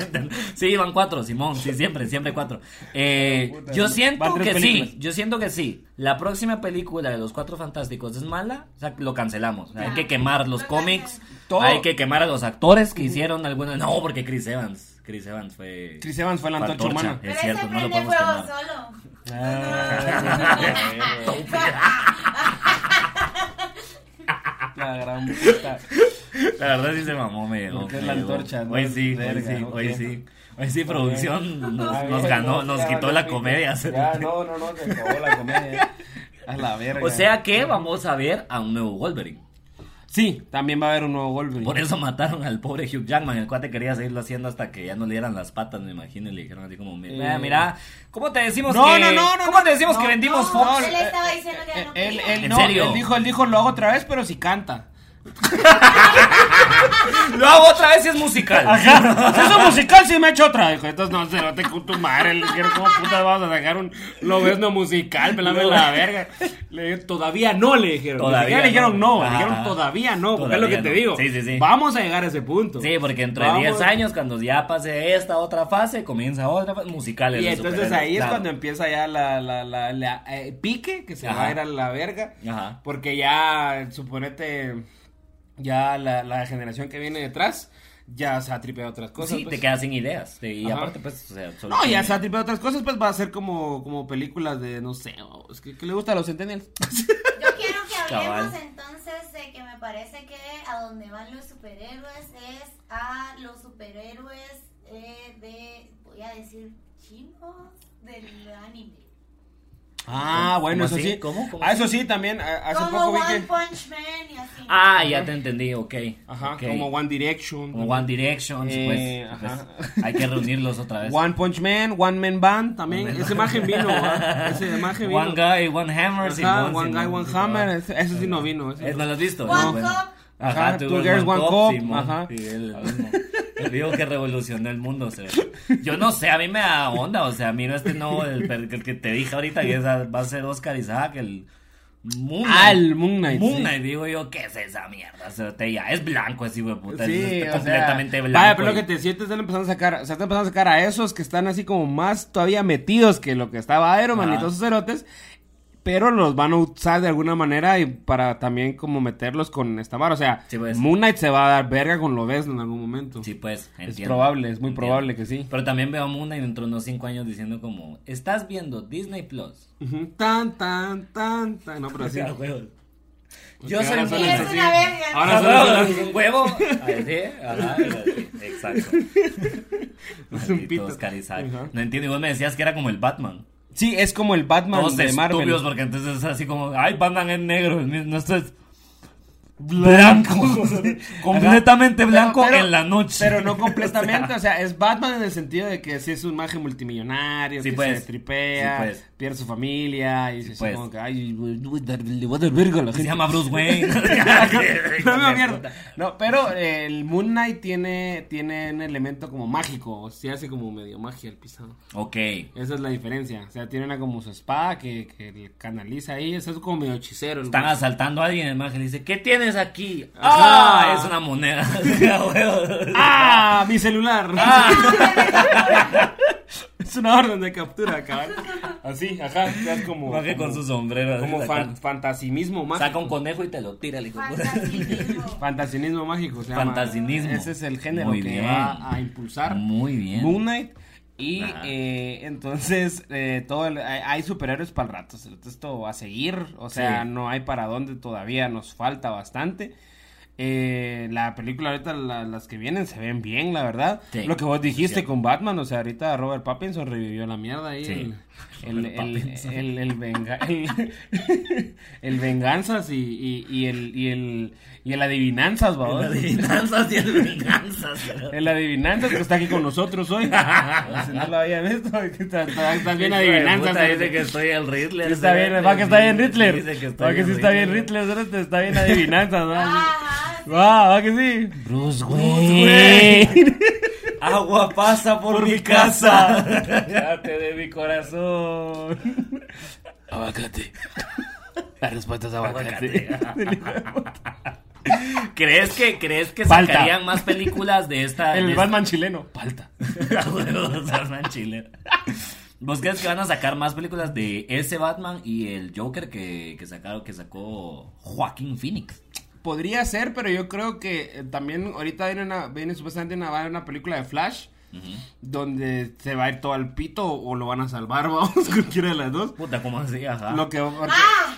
Speaker 1: sí, van cuatro, Simón. Sí, siempre, siempre cuatro. Eh, yo
Speaker 2: Van
Speaker 1: siento
Speaker 2: tres
Speaker 1: que
Speaker 2: películas.
Speaker 1: sí. Yo siento que sí. La próxima película de los cuatro fantásticos es mala. O sea, lo cancelamos. O sea, hay que quemar los cómics.
Speaker 2: Todo.
Speaker 1: Hay que quemar a los actores que hicieron alguna. No, porque Chris Evans. Chris Evans fue.
Speaker 2: Chris Evans fue la antorcha humana.
Speaker 3: Pero
Speaker 1: Es
Speaker 3: ese
Speaker 1: cierto, no lo
Speaker 3: prende
Speaker 1: podemos
Speaker 3: fuego
Speaker 1: quemar.
Speaker 3: solo.
Speaker 1: Eh.
Speaker 2: La gran puta.
Speaker 1: La verdad sí se mamó, me llegó.
Speaker 2: Porque es
Speaker 1: me
Speaker 2: la
Speaker 1: llegó.
Speaker 2: antorcha, ¿no?
Speaker 1: Hoy sí, hoy
Speaker 2: Verga,
Speaker 1: sí,
Speaker 2: ok.
Speaker 1: hoy sí. Hoy sí,
Speaker 2: Está
Speaker 1: producción
Speaker 2: bien.
Speaker 1: nos,
Speaker 2: Está
Speaker 1: nos
Speaker 2: bien,
Speaker 1: ganó,
Speaker 2: ya
Speaker 1: nos
Speaker 2: valió
Speaker 1: quitó la
Speaker 2: pito.
Speaker 1: comedia.
Speaker 2: Ya, no, no, no, se acabó la comedia. A la verga.
Speaker 1: O sea que vamos a ver a un nuevo Wolverine.
Speaker 2: Sí, también va a haber un nuevo Wolverine.
Speaker 1: Por eso mataron al pobre Hugh Jackman. El cuate quería seguirlo haciendo hasta que ya no le dieran las patas, me imagino. Y le dijeron así como: Mira,
Speaker 2: Eh.
Speaker 1: mira, ¿cómo te decimos
Speaker 2: No,
Speaker 1: que.
Speaker 2: no, no, no,
Speaker 1: ¿Cómo te
Speaker 2: no,
Speaker 1: decimos
Speaker 2: no,
Speaker 1: que vendimos
Speaker 3: no,
Speaker 1: Fox?
Speaker 3: Él estaba diciendo que no
Speaker 2: Él,
Speaker 3: quería.
Speaker 2: él,
Speaker 1: ¿En
Speaker 2: no,
Speaker 1: serio?
Speaker 2: él dijo, él dijo, lo hago otra vez, pero si canta.
Speaker 1: Lo hago otra vez y es musical.
Speaker 2: Si eso musical, si me ha hecho otra. Dijo, entonces no, se lo te con tu madre. Le dijeron, ¿cómo puta vamos a sacar un no musical? Pelame la verga. Le dijeron, todavía no le dijeron. Ni
Speaker 1: Todavía
Speaker 2: siquiera le dijeron
Speaker 1: no.
Speaker 2: no, le dijeron
Speaker 1: Ajá.
Speaker 2: todavía no, porque es lo
Speaker 1: Todavía
Speaker 2: que te
Speaker 1: no.
Speaker 2: digo.
Speaker 1: Sí, sí, sí.
Speaker 2: Vamos a llegar a ese punto.
Speaker 1: Sí, porque dentro de
Speaker 2: Vamos.
Speaker 1: 10 años, cuando ya pase esta otra fase, comienza otra fase musical.
Speaker 2: Y entonces ahí es cuando empieza ya la, la, la, la, eh, pique, que se va a
Speaker 1: Ajá.
Speaker 2: ir a la verga.
Speaker 1: Ajá.
Speaker 2: Porque ya, suponete, ya la, la generación que viene detrás, ya se ha tripeado otras cosas.
Speaker 1: sí,
Speaker 2: pues.
Speaker 1: te quedas sin ideas. sí, y
Speaker 2: Ajá.
Speaker 1: aparte, pues, o sea, solo
Speaker 2: No, ya
Speaker 1: tiene-
Speaker 2: se ha tripeado otras cosas, pues va a ser como, como películas de, no sé, o- es que, ¿qué le gusta a los centennials?
Speaker 3: Yo quiero que hablemos
Speaker 1: Cabal.
Speaker 3: entonces de que me parece que a donde van los superhéroes es a los superhéroes eh, de, voy a decir, chinos del anime.
Speaker 2: Ah,
Speaker 1: ¿Cómo
Speaker 2: bueno, eso
Speaker 1: así?
Speaker 2: sí.
Speaker 1: ¿Cómo? ¿Cómo
Speaker 2: Ah, eso sí, también, a- hace
Speaker 3: Como
Speaker 2: poco vi
Speaker 3: One
Speaker 2: que...
Speaker 3: Punch Man y así.
Speaker 1: Ah, ya te entendí, ok.
Speaker 2: Ajá,
Speaker 1: ok.
Speaker 2: como One Direction.
Speaker 1: Como One Direction,
Speaker 2: Eh,
Speaker 1: pues,
Speaker 2: ajá.
Speaker 1: pues, hay que reunirlos otra vez.
Speaker 2: One Punch Man, One Man Band, también.
Speaker 1: One Man
Speaker 2: Esa
Speaker 1: Band.
Speaker 2: imagen vino, ¿va? Esa imagen vino.
Speaker 1: One Guy, One Hammer,
Speaker 2: Ajá,
Speaker 1: Simón,
Speaker 2: One Guy,
Speaker 1: Simón,
Speaker 2: One
Speaker 1: sí,
Speaker 2: Hammer,
Speaker 1: cabal.
Speaker 2: ese, ese sí no vino. ese
Speaker 1: Eh, ¿No
Speaker 2: no.
Speaker 1: lo has visto?
Speaker 3: One
Speaker 1: Bueno.
Speaker 3: Cup.
Speaker 1: Ajá, Two Girls, One Cup. Simón.
Speaker 2: ajá.
Speaker 1: Sí, el, el video que revolucionó el mundo. o sea, yo no sé, a mí me da onda. O sea, miro este nuevo, el, per- el que te dije ahorita, que esa va a ser Oscar Isaac, el Moon
Speaker 2: Ah, el Moon Knight,
Speaker 1: Moon
Speaker 2: sí.
Speaker 1: Knight, digo yo, ¿qué es esa mierda? O sea, te- ya es blanco ese hijo de puta.
Speaker 2: Sí,
Speaker 1: es-
Speaker 2: o
Speaker 1: está
Speaker 2: sea,
Speaker 1: completamente blanco.
Speaker 2: Vaya, pero lo
Speaker 1: y-
Speaker 2: que te sientes están empezando a sacar, o sea, están empezando a sacar a esos que están así como más todavía metidos que lo que estaba Iron Man y
Speaker 1: Ajá.
Speaker 2: todos esos cerotes, pero los van a usar de alguna manera y para también como meterlos con esta vara, o sea,
Speaker 1: Sí, pues.
Speaker 2: Moon Knight se va a dar verga con lo ves en algún momento.
Speaker 1: Sí, pues, entiendo.
Speaker 2: probable, es muy probable que sí.
Speaker 1: Pero también veo a Moon Knight dentro de unos 5 años diciendo como, estás viendo Disney Plus.
Speaker 2: Ujú, Tan, tan, tan, tan, no, pero sí.
Speaker 1: Ah, huevos. Yo
Speaker 2: Porque
Speaker 1: soy
Speaker 2: ahora
Speaker 1: Moon
Speaker 2: son
Speaker 3: Sí,
Speaker 2: las
Speaker 3: es
Speaker 1: Knight.
Speaker 2: así.
Speaker 3: una verga.
Speaker 2: Ahora
Speaker 1: Ah,
Speaker 2: son las-
Speaker 1: huevo. Así, ajá, Exacto.
Speaker 2: Es un
Speaker 1: Maldito
Speaker 2: pito.
Speaker 1: Oscar Isaac.
Speaker 2: Ajá.
Speaker 1: No entiendo, y vos me decías que era como el Batman.
Speaker 2: Sí, es como el Batman
Speaker 1: Todos
Speaker 2: de Marvel.
Speaker 1: estúpidos, porque entonces es así como, ay, Batman es negro, el mío- nuestro es blanco. completamente
Speaker 2: Pero-
Speaker 1: blanco
Speaker 2: pero-
Speaker 1: en la noche.
Speaker 2: Pero no completamente, o sea, es Batman en el sentido de que sí es un maje multimillonario,
Speaker 1: Sí,
Speaker 2: que
Speaker 1: pues.
Speaker 2: se tripea,
Speaker 1: Sí, pues.
Speaker 2: pierde su familia, y se
Speaker 1: pues.
Speaker 2: como que, ay, le voy a dar- le voy a dar verga a la
Speaker 1: se
Speaker 2: gente.
Speaker 1: llama Bruce Wayne.
Speaker 2: No, no, mierda. No, pero eh, el Moon Knight tiene, tiene un elemento como mágico, o sea, hace como medio magia el pisado.
Speaker 1: Ok.
Speaker 2: Esa es la diferencia, o sea, tiene una como su espada que, que le canaliza ahí, eso es como medio hechicero. el
Speaker 1: Están
Speaker 2: güey.
Speaker 1: asaltando a alguien, el mago le dice, ¿qué tienes aquí?
Speaker 2: Ajá.
Speaker 1: Ah, es una moneda. A huevo.
Speaker 2: ¡Ah! ¡Mi celular!
Speaker 1: Ah.
Speaker 2: Es una orden de captura, cabrón. Así, ajá, ya es como.
Speaker 1: Maje
Speaker 2: como-
Speaker 1: con su sombrero. así
Speaker 2: Como
Speaker 1: sacando.
Speaker 2: fan- fantasimismo mágico.
Speaker 1: Saca un conejo y te lo tira, le dijo. "Pues".
Speaker 3: Fantástico.
Speaker 2: Fantasinismo mágico, se llama.
Speaker 1: Fantasinismo.
Speaker 2: Ese es el género
Speaker 1: Muy
Speaker 2: que
Speaker 1: bien.
Speaker 2: va a impulsar
Speaker 1: Muy bien.
Speaker 2: Moon Knight. Y
Speaker 1: Ajá.
Speaker 2: eh, entonces, eh, todo el- hay, hay superhéroes para el rato. Entonces, esto va a seguir. O sea,
Speaker 1: Sí.
Speaker 2: no hay para dónde todavía. Nos falta bastante. Eh, la película ahorita, la- las que vienen, se ven bien, la verdad.
Speaker 1: Sí.
Speaker 2: Lo que vos dijiste
Speaker 1: Cierto.
Speaker 2: con Batman, o sea, ahorita Robert Pattinson revivió la mierda ahí.
Speaker 1: Sí.
Speaker 2: El,
Speaker 1: Robert
Speaker 2: el, el,
Speaker 1: Pattinson.
Speaker 2: el- el venga- el- el venganzas y, y, y el, y, el, y el adivinanzas,
Speaker 1: En
Speaker 2: babos.
Speaker 1: adivinanzas y en venganzas.
Speaker 2: El adivinanza que está aquí con nosotros hoy. Si no lo habían visto, que está, está- está bien adivinanza.
Speaker 1: Puta,
Speaker 2: sí.
Speaker 1: Dice que estoy el Riddler.
Speaker 2: Sí está bien, va que está bien Riddler.
Speaker 1: Dice que estoy
Speaker 2: Va que
Speaker 1: el
Speaker 2: sí está bien Riddler, Ah. ¿verdad? está bien adivinanza. ¿verdad?
Speaker 3: Ajá.
Speaker 2: Va, va que sí.
Speaker 1: Bruce
Speaker 2: Wayne.
Speaker 1: Agua pasa por, mi
Speaker 2: Date de mi corazón. Aguacate. La respuesta es
Speaker 1: ¿Crees que, crees que
Speaker 2: Falta.
Speaker 1: sacarían más películas de esta? de
Speaker 2: El
Speaker 1: esta-
Speaker 2: Batman chileno. Palta.
Speaker 1: A huevo, Batman Chile. ¿Vos crees que van a sacar más películas de ese Batman y el Joker que, que sacaron, que sacó Joaquín Phoenix?
Speaker 2: Podría ser, pero yo creo que eh, también ahorita viene, una, viene supuestamente una, va a haber una película de Flash. Donde se va a ir todo al pito o lo van a salvar, vamos, cualquiera de las dos.
Speaker 1: Puta, ¿cómo así? Ajá.
Speaker 2: Lo que, porque,
Speaker 3: Ah,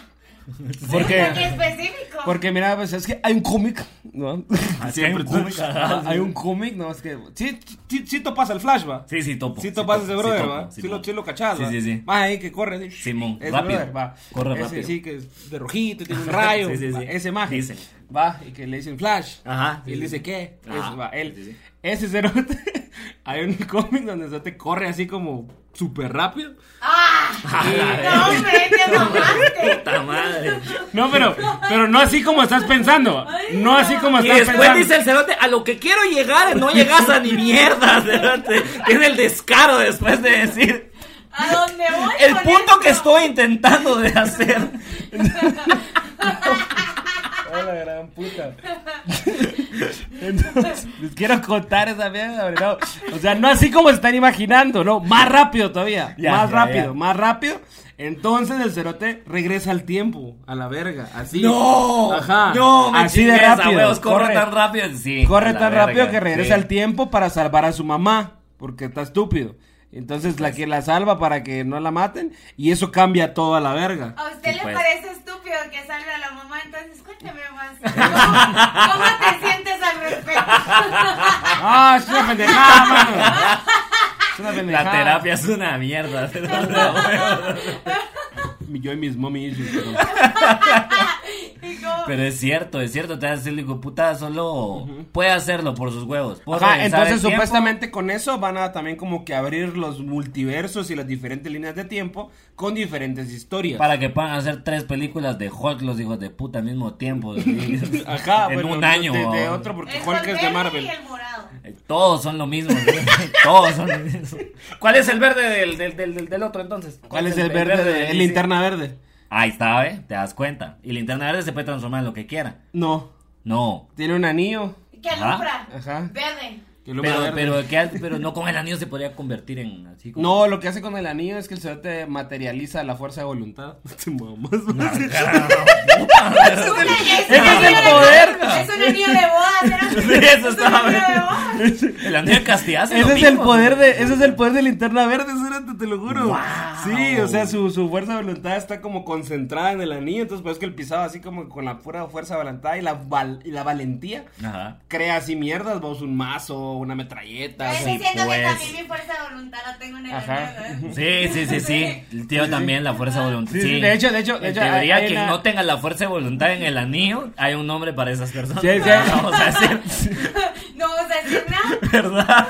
Speaker 2: porque,
Speaker 3: porque específico.
Speaker 2: porque, mira, pues es que hay un cómic, ¿no?
Speaker 1: Así Ah, hay un cómic, ajá.
Speaker 2: Hay un cómic, ¿no? Es que. Sí, sí, sí topas al Flash, va.
Speaker 1: Sí, sí, topo.
Speaker 2: Sí topas ese brother,
Speaker 1: topo,
Speaker 2: va. Sí, lo,
Speaker 1: topo.
Speaker 2: sí lo cachás,
Speaker 1: Sí,
Speaker 2: va.
Speaker 1: sí, sí.
Speaker 2: Más ahí que corre. así.
Speaker 1: Simón,
Speaker 2: Ese
Speaker 1: rápido.
Speaker 2: brother, va.
Speaker 1: Corre
Speaker 2: ese
Speaker 1: rápido.
Speaker 2: sí que es de rojito, tiene un rayo.
Speaker 1: Sí, sí,
Speaker 2: va.
Speaker 1: sí.
Speaker 2: Ese maje.
Speaker 1: Dicen.
Speaker 2: Va, y que le dicen Flash.
Speaker 1: Ajá,
Speaker 2: Y
Speaker 1: sí,
Speaker 2: él
Speaker 1: sí.
Speaker 2: dice, ¿qué?
Speaker 1: Ajá,
Speaker 2: Eso, va, él.
Speaker 1: sí, sí.
Speaker 2: Ese cerote. Hay un cómic donde se te corre así como súper rápido.
Speaker 3: Ah, no, hombre, te tomaste.
Speaker 1: Puta madre.
Speaker 2: No, pero, pero no así como estás pensando. No así como
Speaker 1: Y
Speaker 2: estás
Speaker 1: después
Speaker 2: pensando.
Speaker 1: dice el cerote, a lo que quiero llegar, no llegas a ni mierda, cerote. Tiene el descaro después de decir,
Speaker 3: ¿A dónde voy?
Speaker 1: el
Speaker 3: con
Speaker 1: punto
Speaker 3: esto?
Speaker 1: que estoy intentando de hacer.
Speaker 2: Hola, gran puta. Entonces, les quiero contar esa mierda, ¿verdad? O sea, no así como se están imaginando, no, más rápido todavía,
Speaker 1: Ya,
Speaker 2: más
Speaker 1: ya,
Speaker 2: rápido,
Speaker 1: ya.
Speaker 2: más rápido. Entonces el cerote regresa al tiempo, a la verga, así.
Speaker 1: No,
Speaker 2: Ajá.
Speaker 1: no, me
Speaker 2: así de
Speaker 1: chingues, a
Speaker 2: rápido.
Speaker 1: huevos, corre,
Speaker 2: corre
Speaker 1: tan rápido. Sí, a
Speaker 2: corre
Speaker 1: la
Speaker 2: tan
Speaker 1: verga,
Speaker 2: rápido que regresa
Speaker 1: sí.
Speaker 2: al tiempo para salvar a su mamá, porque está estúpido. Entonces la que la salva para que no la maten y eso cambia todo a la verga.
Speaker 3: ¿A usted
Speaker 1: Sí,
Speaker 3: le
Speaker 1: pues.
Speaker 3: parece estúpido que salve a la mamá? Entonces, cuénteme más. ¿Cómo, cómo te sientes al respecto?
Speaker 2: Ah, es una pendejada, mano. Es una pendejada.
Speaker 1: La terapia es una mierda. cerote, a huevos.
Speaker 2: Yo y mis mommy issues, pero-
Speaker 3: Y como-
Speaker 1: Pero es cierto, es cierto, te vas a decir, hijo de puta, solo puede hacerlo por sus huevos. por
Speaker 2: Ajá,
Speaker 1: regresar
Speaker 2: entonces
Speaker 1: el tiempo.
Speaker 2: supuestamente con eso van a también como que abrir los multiversos y las diferentes líneas de tiempo con diferentes historias.
Speaker 1: Para que puedan hacer tres películas de Hulk, los hijos de puta, al mismo tiempo. así,
Speaker 2: Ajá,
Speaker 1: en
Speaker 2: bueno,
Speaker 1: un año.
Speaker 2: De, de
Speaker 1: ¿no?
Speaker 2: otro porque
Speaker 3: el
Speaker 2: Hulk es de
Speaker 3: verde
Speaker 2: Marvel.
Speaker 3: Y el morado.
Speaker 1: Eh, Todos son lo mismo. ¿sí? Todos son lo mismo. ¿Cuál es el verde del, del, del, del- del otro entonces?
Speaker 2: ¿Cuál es el verde? de-
Speaker 1: del
Speaker 2: el
Speaker 1: DC?
Speaker 2: linterna verde.
Speaker 1: Ahí está, ¿eh? Te das cuenta. Y linterna verde se puede transformar en lo que quiera.
Speaker 2: No,
Speaker 1: No.
Speaker 2: tiene un anillo.
Speaker 3: ¿Qué
Speaker 1: Ah, Ajá,
Speaker 3: alumbra?
Speaker 2: ajá.
Speaker 3: Verde.
Speaker 2: que lo
Speaker 1: Pero,
Speaker 2: verde.
Speaker 1: pero, ¿qué hace? pero no con el anillo se podría convertir en así como.
Speaker 2: No, lo que hace con el anillo es que el cerote materializa la fuerza de voluntad. Te mamas, güey.
Speaker 3: Es una- es
Speaker 1: Ese
Speaker 3: un
Speaker 1: es el
Speaker 3: anillo de-
Speaker 1: poder.
Speaker 3: Es un anillo de boda. ¿será?
Speaker 1: Sí, eso
Speaker 3: Es un
Speaker 1: estaba
Speaker 3: anillo de
Speaker 1: bien.
Speaker 3: boda.
Speaker 1: El anillo de castidad hace lo
Speaker 2: Ese es
Speaker 1: mismo,
Speaker 2: el poder
Speaker 1: ¿no?
Speaker 2: de, ese es el poder de linterna verde, cerote. cierto, te lo juro.
Speaker 1: ¡Wow!
Speaker 2: Sí, o sea, su, su fuerza de voluntad está como concentrada en el anillo. Entonces, pues es que el pisado, así como con la pura fuerza de voluntad y la, val- y la valentía,
Speaker 1: Ajá.
Speaker 2: crea así mierdas. Vos un mazo, una metralleta.
Speaker 3: Pero
Speaker 2: o sea,
Speaker 3: sí siento que
Speaker 1: pues.
Speaker 3: también mi fuerza de voluntad la tengo en el ¿eh?
Speaker 2: Ajá.
Speaker 3: anillo, ¿no?
Speaker 1: Sí, sí, sí, sí. El tío también, la fuerza de voluntad.
Speaker 2: Sí, sí, de hecho, de hecho, de
Speaker 1: En
Speaker 2: hecho,
Speaker 1: teoría,
Speaker 2: hay
Speaker 1: quien
Speaker 2: una-
Speaker 1: no tenga la fuerza de voluntad en el anillo, hay un nombre para esas personas.
Speaker 2: Sí, sí.
Speaker 1: Vamos a decir,
Speaker 3: No, o sea, es una...
Speaker 1: ¿verdad?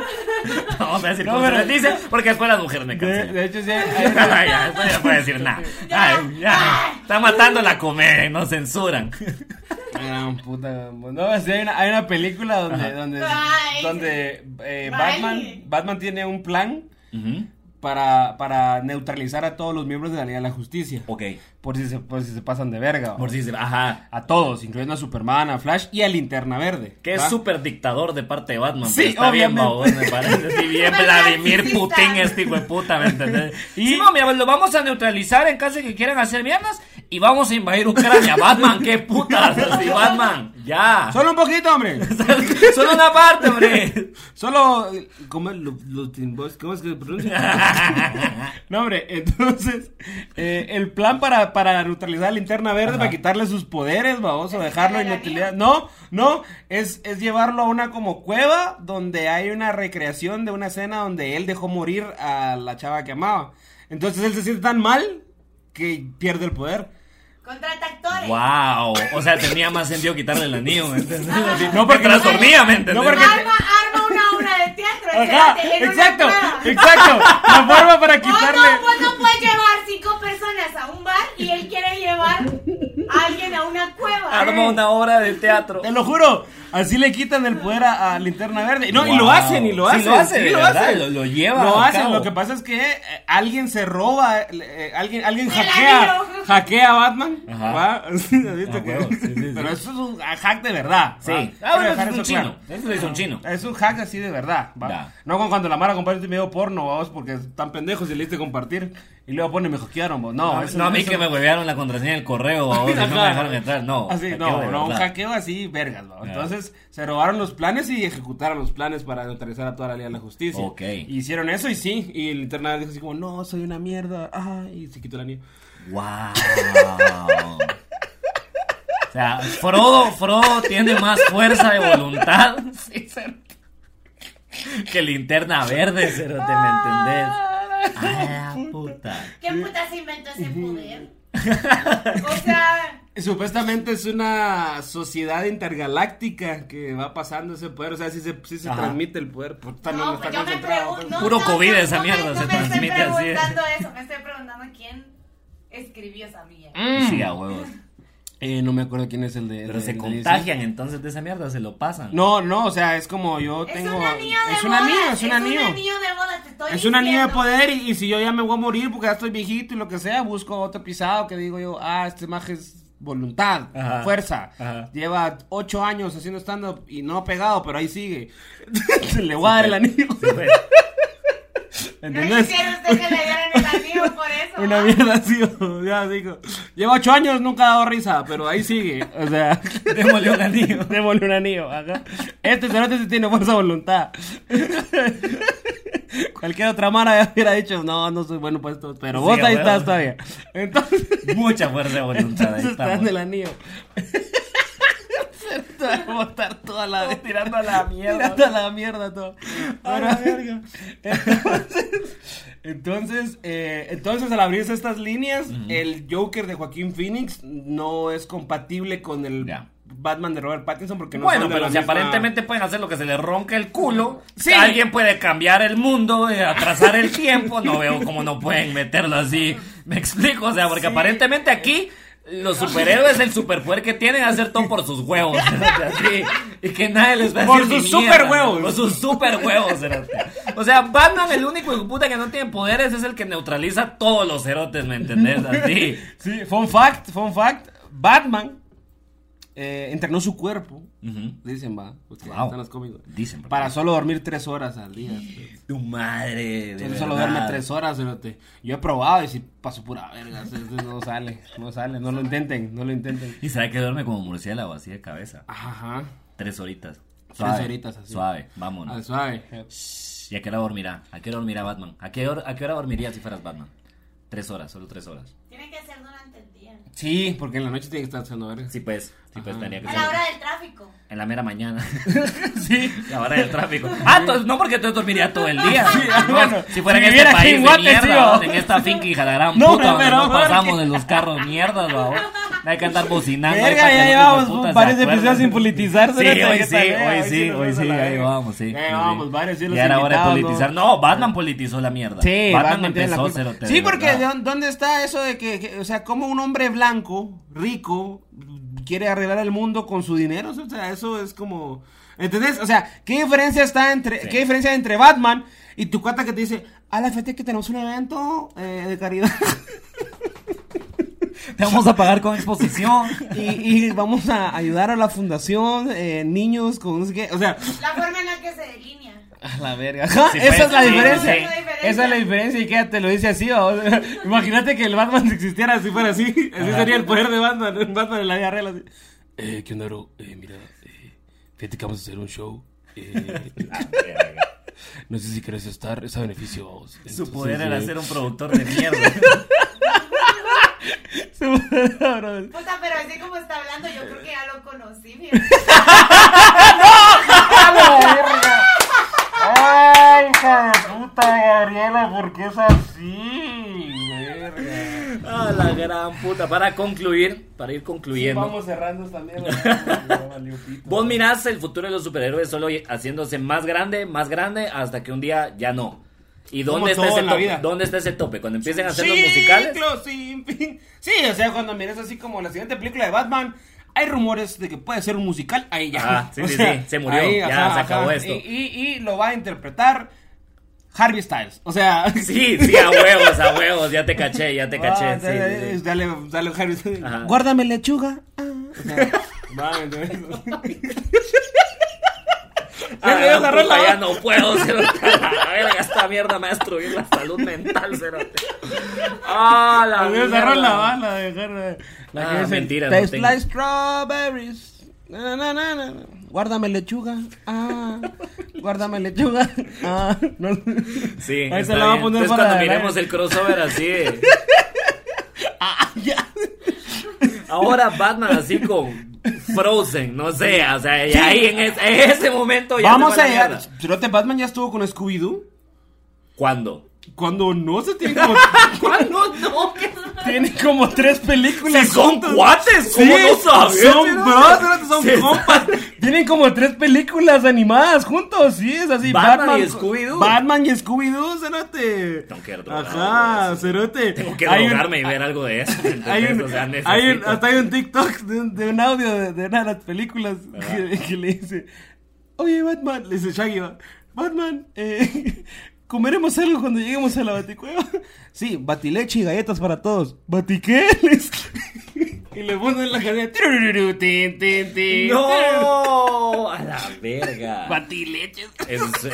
Speaker 1: Vamos a decir
Speaker 2: No,
Speaker 1: cómo se
Speaker 2: pero-
Speaker 1: les dice, porque después las mujeres me
Speaker 2: De,
Speaker 1: cancelan.
Speaker 2: de hecho, sí. hay- hay-
Speaker 1: ya, después ya no puedo decir nada. Ay, ya. Está matando la comedia y nos censuran.
Speaker 2: Gran puta. No, sí, hay una, hay una película donde, donde,
Speaker 3: Ay.
Speaker 2: donde eh,
Speaker 3: Bye.
Speaker 2: Batman, Batman tiene un plan
Speaker 1: Ujú.
Speaker 2: para, para neutralizar a todos los miembros de la Liga de la Justicia.
Speaker 1: Ok.
Speaker 2: Por si se, por si se pasan de verga.
Speaker 1: Por si se... Ajá.
Speaker 2: A todos, incluyendo a Superman, a Flash y a Linterna Verde.
Speaker 1: Que es
Speaker 2: ¿va?
Speaker 1: súper dictador de parte de Batman.
Speaker 2: Sí,
Speaker 1: pero está bien,
Speaker 2: obviamente.
Speaker 1: babón, me parece. Sí, bien
Speaker 3: Súper
Speaker 1: Vladimir
Speaker 3: narcisista.
Speaker 1: Putin, este hijo de puta, ¿me entendés?
Speaker 2: Y-
Speaker 1: Sí, no, mira, pues, lo vamos a neutralizar en caso de que quieran hacer mierdas y vamos a invadir Ucrania. Batman, qué puta, sí, Batman, ya.
Speaker 2: Solo un poquito, hombre.
Speaker 1: Solo una parte, hombre.
Speaker 2: Solo. eh, ¿Cómo es, lo- lo- ¿cómo es que se pronuncia? no, hombre, entonces. eh, el plan para, para neutralizar a Linterna Verde, para quitarle sus poderes, baboso,
Speaker 3: ¿Es
Speaker 2: dejarlo
Speaker 3: quitarle
Speaker 2: en
Speaker 3: la
Speaker 2: inutilidad. No, no, es, es llevarlo a una como cueva donde hay una recreación de una escena donde él dejó morir a la chava que amaba. Entonces él se siente tan mal que pierde el poder.
Speaker 3: Contrata actores.
Speaker 1: Wow. O sea, tenía más sentido quitarle el anillo, ¿me entendés? Así,
Speaker 2: No, porque-
Speaker 1: me transformía, ¿me entendés?
Speaker 2: Ah. No, porque-
Speaker 3: Arma, arma una obra de teatro.
Speaker 2: Ajá,
Speaker 3: espérate, en una
Speaker 2: exacto,
Speaker 3: cueva.
Speaker 2: exacto. La forma para
Speaker 3: Vos
Speaker 2: quitarle.
Speaker 3: no, pues. vos no puedes llevar cinco personas a un bar y él quiere llevar a alguien a una cueva.
Speaker 1: Arma una obra de teatro.
Speaker 2: Te lo juro, así le quitan el poder a, a Linterna Verde. No, y
Speaker 1: Wow.
Speaker 2: lo hacen, y lo
Speaker 1: Sí,
Speaker 2: hacen.
Speaker 1: lo hacen,
Speaker 2: sí,
Speaker 1: de
Speaker 2: lo
Speaker 1: verdad,
Speaker 2: hacen.
Speaker 1: lo- lo llevan
Speaker 2: Lo
Speaker 1: a
Speaker 2: hacen,
Speaker 1: cabo.
Speaker 2: lo que pasa es que eh, alguien se roba, eh, eh, alguien, alguien
Speaker 3: El
Speaker 2: hackea,
Speaker 3: anillo.
Speaker 2: hackea a Batman.
Speaker 1: Ajá.
Speaker 2: ¿va? ¿Has visto
Speaker 1: Ah,
Speaker 2: que-
Speaker 1: huevo, sí, sí, sí.
Speaker 2: Pero eso es un hack de verdad.
Speaker 1: Sí.
Speaker 2: ¿va?
Speaker 1: Ah,
Speaker 2: Quiero
Speaker 1: bueno,
Speaker 2: dejar
Speaker 1: es un
Speaker 2: eso
Speaker 1: chino.
Speaker 2: claro.
Speaker 1: Eso lo hizo un chino.
Speaker 2: Es un hack así de verdad. ¿va?
Speaker 1: Da.
Speaker 2: No como cuando la mara comparte un video porno, vamos, porque están pendejos y le diste compartir. Y luego pone, me hackearon, vos. No,
Speaker 1: No,
Speaker 2: eso-
Speaker 1: no, a mí
Speaker 2: eso-
Speaker 1: que me huevearon la contraseña del correo, babón, y no me
Speaker 2: Ajá.
Speaker 1: dejaron entrar. No,
Speaker 2: Así,
Speaker 1: me quedo
Speaker 2: Ah, no,
Speaker 1: de
Speaker 2: no, un
Speaker 1: verdad.
Speaker 2: hackeo así, vergas, ¿no?
Speaker 1: Ya.
Speaker 2: Entonces, se robaron los planes y ejecutaron los planes para neutralizar a toda la Liga de la Justicia.
Speaker 1: Ok.
Speaker 2: Hicieron eso y sí, y el Linterna dijo así como, no, soy una mierda, ay, y se quitó el anillo.
Speaker 1: Wow. O sea, Frodo, Frodo tiene más fuerza de voluntad sí, cerote, que linterna verde, cerote, ¿me entendés? A la puta.
Speaker 3: ¿Qué puta se inventó ese poder? O sea,
Speaker 2: Supuestamente es una sociedad intergaláctica que va pasando ese poder, o sea, si se, sí se
Speaker 1: Ajá.
Speaker 2: transmite el poder, pues está, no,
Speaker 3: no, pues
Speaker 2: está
Speaker 3: yo me
Speaker 2: concentrado.
Speaker 3: pregunto.
Speaker 1: Puro COVID esa mierda
Speaker 3: me,
Speaker 1: se
Speaker 3: me estoy
Speaker 1: transmite
Speaker 2: ¿eh?
Speaker 1: así.
Speaker 3: preguntando eso, me estoy preguntando quién escribió esa
Speaker 2: Ah,
Speaker 3: mierda.
Speaker 1: Sí, a huevos.
Speaker 2: Eh, no me acuerdo quién es el de...
Speaker 1: Pero
Speaker 2: el
Speaker 1: se
Speaker 2: de-
Speaker 1: contagian entonces de esa mierda, se lo pasan.
Speaker 2: No, no, o sea, es como yo
Speaker 3: Es
Speaker 2: tengo...
Speaker 3: un anillo de
Speaker 2: es un
Speaker 3: bodas,
Speaker 2: anillo, es un anillo.
Speaker 3: Es un anillo de bodas, te estoy
Speaker 2: Es un anillo de
Speaker 3: diciendo.
Speaker 2: poder y, y si yo ya me voy a morir porque ya estoy viejito y lo que sea, busco otro pisado que digo yo, ah, este maje es voluntad,
Speaker 1: Ajá,
Speaker 2: fuerza.
Speaker 1: ajá.
Speaker 2: Lleva ocho años haciendo stand-up y no ha pegado, pero ahí sigue. Le voy a dar el anillo.
Speaker 1: pues,
Speaker 3: No
Speaker 2: ¿Entendés?
Speaker 3: quisiera usted que le dieran el anillo por eso.
Speaker 2: Una
Speaker 3: ¿va?
Speaker 2: mierda así, o sea, así como, Lleva ocho años, nunca ha dado risa, pero ahí sigue. O sea,
Speaker 1: Démosle un anillo.
Speaker 2: démosle un anillo. Ajá. Este cerote sí tiene fuerza de voluntad. Cualquier otra mara ya hubiera dicho, no, no soy bueno para esto, pero
Speaker 1: Sí,
Speaker 2: vos ahí
Speaker 1: a huevo.
Speaker 2: estás todavía. Entonces,
Speaker 1: Mucha fuerza de voluntad. Ahí
Speaker 2: entonces estás en
Speaker 1: estamos.
Speaker 2: el anillo. Te va a botar toda la vez.
Speaker 1: Tirando a la mierda.
Speaker 2: Tirando a la mierda todo. Bueno, Entonces, entonces, eh, entonces al abrirse estas líneas, el Joker de Joaquín Phoenix no es compatible con el
Speaker 1: Ya.
Speaker 2: Batman de Robert Pattinson porque no
Speaker 1: bueno,
Speaker 2: son de
Speaker 1: pero
Speaker 2: la
Speaker 1: si
Speaker 2: misma-
Speaker 1: aparentemente pueden hacer lo que se les ronca el culo,
Speaker 2: Sí.
Speaker 1: alguien puede cambiar el mundo, eh, atrasar el tiempo, no veo cómo no pueden meterlo así. Me explico, o sea, porque aparentemente aquí los superhéroes, el superpoder que tienen es hacer todo por sus huevos. cerote, así, y que nadie les va a
Speaker 2: Por
Speaker 1: decir
Speaker 2: sus
Speaker 1: ni mierda,
Speaker 2: superhuevos.
Speaker 1: ¿no? Por sus super huevos, O sea, Batman, el único hijo de puta que no tiene poderes, es el que neutraliza todos los cerotes, ¿me entendés? Así.
Speaker 2: Sí, fun fact, fun fact, Batman eh, entrenó su cuerpo,
Speaker 1: Ujú.
Speaker 2: dicen va, porque
Speaker 1: Wow.
Speaker 2: están los cómics,
Speaker 1: Dicen, ¿verdad?
Speaker 2: para solo dormir tres horas al día.
Speaker 1: Tu madre. De
Speaker 2: Entonces solo
Speaker 1: verdad.
Speaker 2: duerme tres horas, cerote. Yo he probado y si paso pura verga, cerote, no sale, no sale, no lo intenten, no lo intenten.
Speaker 1: Y sabe que duerme como murciélago, así de cabeza.
Speaker 2: Ajá,
Speaker 1: Tres horitas. Suave,
Speaker 2: horitas, así. Ah,
Speaker 1: Suave,
Speaker 2: al
Speaker 1: vámonos.
Speaker 2: suave.
Speaker 1: Shh, ¿Y a qué hora dormirá? ¿A qué hora dormirá Batman? ¿A qué hora, a qué hora dormiría si fueras Batman? Tres horas, solo tres horas.
Speaker 3: Tiene que ser durante el día.
Speaker 2: Sí, porque en la noche tiene que estar haciendo verga.
Speaker 1: Sí, pues, sí, pues
Speaker 2: Ajá.
Speaker 1: tenía que
Speaker 3: A
Speaker 1: ser.
Speaker 3: la hora del tráfico.
Speaker 1: En la mera mañana. sí. La hora del tráfico. Ah, entonces, no porque entonces dormiría todo el día. No,
Speaker 2: bueno,
Speaker 1: si fuera
Speaker 2: si
Speaker 1: en
Speaker 2: viviera
Speaker 1: este
Speaker 2: aquí
Speaker 1: país
Speaker 2: en
Speaker 1: de
Speaker 2: Guate,
Speaker 1: mierda,
Speaker 2: sí, va.
Speaker 1: ¿no? en esta finca hija de la gran
Speaker 2: No,
Speaker 1: puta, donde
Speaker 2: pero,
Speaker 1: no
Speaker 2: ¿por qué?
Speaker 1: pasamos de los carros mierdas, ¿no? Hay que andar bocinando. ahí
Speaker 2: Verga,
Speaker 1: para que
Speaker 2: ya
Speaker 1: los
Speaker 2: llevamos
Speaker 1: hijueputas se
Speaker 2: varios
Speaker 1: acuerden.
Speaker 2: episodios sin politizarse.
Speaker 1: Sí,
Speaker 2: ¿no?
Speaker 1: hoy
Speaker 2: ¿Qué
Speaker 1: sí,
Speaker 2: tal, eh?
Speaker 1: hoy sí,
Speaker 2: nos
Speaker 1: hoy
Speaker 2: vamos a
Speaker 1: sí,
Speaker 2: la
Speaker 1: ahí
Speaker 2: verga.
Speaker 1: vamos, sí.
Speaker 2: Ya
Speaker 1: sí,
Speaker 2: llevamos
Speaker 1: sí.
Speaker 2: Eh, varios, sí, los
Speaker 1: Ya era hora de
Speaker 2: invitados,
Speaker 1: politizar. No, Batman politizó la mierda.
Speaker 2: Sí,
Speaker 1: Batman,
Speaker 2: tiene la
Speaker 1: empezó
Speaker 2: culpa.
Speaker 1: cerote,
Speaker 2: Sí,
Speaker 1: de
Speaker 2: porque
Speaker 1: verdad.
Speaker 2: ¿de dónde- ¿dónde está eso de que, que- o sea, cómo un hombre blanco, rico, quiere arreglar el mundo con su dinero? O sea, eso es como... ¿Entendés? O sea, ¿qué diferencia está entre,
Speaker 1: Sí.
Speaker 2: qué diferencia entre Batman y tu cuata que te dice, a la fete que tenemos un evento eh, de caridad
Speaker 1: Te vamos a pagar con exposición.
Speaker 2: y, y vamos a ayudar a la fundación, eh, niños con... no sé qué". O sea,
Speaker 3: La forma en la que se delinea.
Speaker 2: A la verga. Ajá,
Speaker 1: Sí,
Speaker 2: esa
Speaker 1: pues,
Speaker 2: es la
Speaker 1: sí,
Speaker 2: diferencia.
Speaker 1: sí.
Speaker 2: Esa es la diferencia y que te lo dice así. ¿va? O sea, Imagínate que el Batman si existiera así fuera así. Así sería el poder de Batman. Batman en la vida real. Así.
Speaker 4: Eh, ¿qué onda, bro? Eh, mira, eh, fíjate que vamos a hacer un show. Eh,
Speaker 2: Ah,
Speaker 4: no sé si querés estar, es a beneficio. vamos.
Speaker 1: Su
Speaker 4: Entonces,
Speaker 1: poder era
Speaker 4: eh,
Speaker 1: ser un productor de mierda.
Speaker 2: Se muere, bro.
Speaker 3: Puta, pero así como está hablando, yo creo que ya lo conocí, fíjate.
Speaker 2: ¡Ay, hija de puta, Gabriela! ¿Por qué es así? Verga.
Speaker 1: A la gran puta. Para concluir, para ir concluyendo.
Speaker 2: Vamos cerrando también. mierda.
Speaker 1: Vos mirás el futuro de los superhéroes solo haciéndose más grande, más grande, hasta que un día ya no. ¿Y
Speaker 2: Como
Speaker 1: dónde está
Speaker 2: todo
Speaker 1: ese
Speaker 2: en la
Speaker 1: tope?
Speaker 2: vida.
Speaker 1: ¿Dónde está ese tope? Cuando empiecen a hacer los musicales.
Speaker 2: Ciclo sin fin. Sí, o sea, cuando miras así como la siguiente película de Batman, hay rumores de que puede ser un musical, ahí ya.
Speaker 1: Ah, sí,
Speaker 2: O
Speaker 1: sí,
Speaker 2: sea,
Speaker 1: sí, se murió, ya, se acabó esto.
Speaker 2: Y, y- y lo va a interpretar Harvey Styles, o sea...
Speaker 1: Sí, sí, a huevos, a huevos. Ya te caché, ya te caché.
Speaker 2: Ah,
Speaker 1: sí,
Speaker 2: dale,
Speaker 1: sí, sí.
Speaker 2: dale, dale, Harvey Styles.
Speaker 1: Ajá.
Speaker 2: Guárdame lechuga. Ah. O sea, va, ¿entendés?
Speaker 1: A la
Speaker 2: Ya, ya la
Speaker 1: gran
Speaker 2: rola,
Speaker 1: Ah, puta,
Speaker 2: va.
Speaker 1: ya no puedo, cerote. A la verga, esta mierda me va a destruir la salud mental, cerote. Ah, la
Speaker 2: Adiós,
Speaker 1: mierda.
Speaker 2: arroz la bala de Harvey.
Speaker 1: Ah,
Speaker 2: dice,
Speaker 1: mentira, no
Speaker 2: Taste
Speaker 1: tengo.
Speaker 2: like strawberries. Na, na, na, na, na. Guárdame lechuga. Ah, guárdame lechuga. Ah, no.
Speaker 1: Sí,
Speaker 2: Ahí
Speaker 1: está
Speaker 2: se la va a
Speaker 1: bien.
Speaker 2: poner
Speaker 1: Entonces,
Speaker 2: para
Speaker 1: cuando
Speaker 2: la-
Speaker 1: miremos el crossover así de-
Speaker 2: Ah, Ya.
Speaker 1: Ahora Batman así con Frozen, no sé, o sea, y ahí en, es- en ese momento ya se
Speaker 2: Vamos
Speaker 1: fue
Speaker 2: a
Speaker 1: la
Speaker 2: llegar.
Speaker 1: mierda.
Speaker 2: Trote Batman ya estuvo con Scooby-Doo.
Speaker 1: ¿Cuándo?
Speaker 2: Cuando no se tiene como.
Speaker 1: ¿Cuándo? No, que
Speaker 2: tiene como tres películas.
Speaker 1: si son
Speaker 2: juntas.
Speaker 1: cuates, ¿cómo
Speaker 2: Sí,
Speaker 1: no sabes?
Speaker 2: Son bros, son
Speaker 1: Sí.
Speaker 2: compas. Tienen como tres películas animadas juntos, sí, es así.
Speaker 1: Batman y Scooby-Doo.
Speaker 2: Batman y Scooby-Doo, cerote.
Speaker 1: Tengo que ir drogado,
Speaker 2: Ajá,
Speaker 1: güey, sí.
Speaker 2: cerote.
Speaker 1: Tengo que
Speaker 2: Hay un-
Speaker 1: drogarme y ver algo de eso. ¿entendés?
Speaker 2: Hay un,
Speaker 1: O sea,
Speaker 2: hay un-
Speaker 1: necesito.
Speaker 2: hasta hay un TikTok de un, de un audio de, de una de las películas que, que le dice, oye Batman, le dice Shaggy, va, Batman, eh, comeremos algo cuando lleguemos a la baticueva. Sí, batileche y galletas para todos. ¿Batiqueles? y le ponen la cadena. "Turururu, tin, tin, tin, turururu".
Speaker 1: No, a la verga.
Speaker 2: Batileches.
Speaker 1: Eso, eso-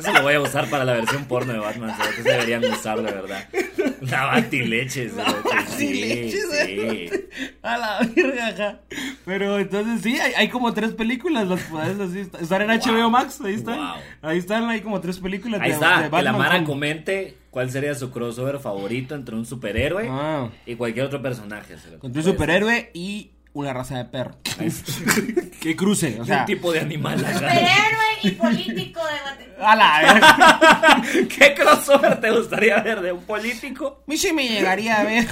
Speaker 1: eso lo voy a usar para la versión porno de Batman. ¿sabes? Que se deberían usar, de verdad. La batileche. ¿sabes?
Speaker 2: Batileche,
Speaker 1: Sí,
Speaker 2: ¿eh?
Speaker 1: sí.
Speaker 2: A la verga, ajá. Pero entonces sí, hay, hay como tres películas, las puedes así está- estar en HBO Max, ahí están.
Speaker 1: Wow.
Speaker 2: Ahí están, hay como tres películas
Speaker 1: Ahí está, que la
Speaker 2: Batman
Speaker 1: Mara
Speaker 2: con-
Speaker 1: comente cuál sería su crossover favorito entre un superhéroe
Speaker 2: Ah.
Speaker 1: y cualquier otro personaje. se lo-
Speaker 2: Contra un
Speaker 1: puede
Speaker 2: superhéroe y una raza de perro. que cruce, o
Speaker 1: ser.
Speaker 2: sea.
Speaker 1: Un tipo de animal. ajá.
Speaker 3: Superhéroe y político de Guatemala.
Speaker 2: A la verga.
Speaker 1: ¿Qué crossover te gustaría ver de un político?
Speaker 2: A mí sí me llegaría a ver.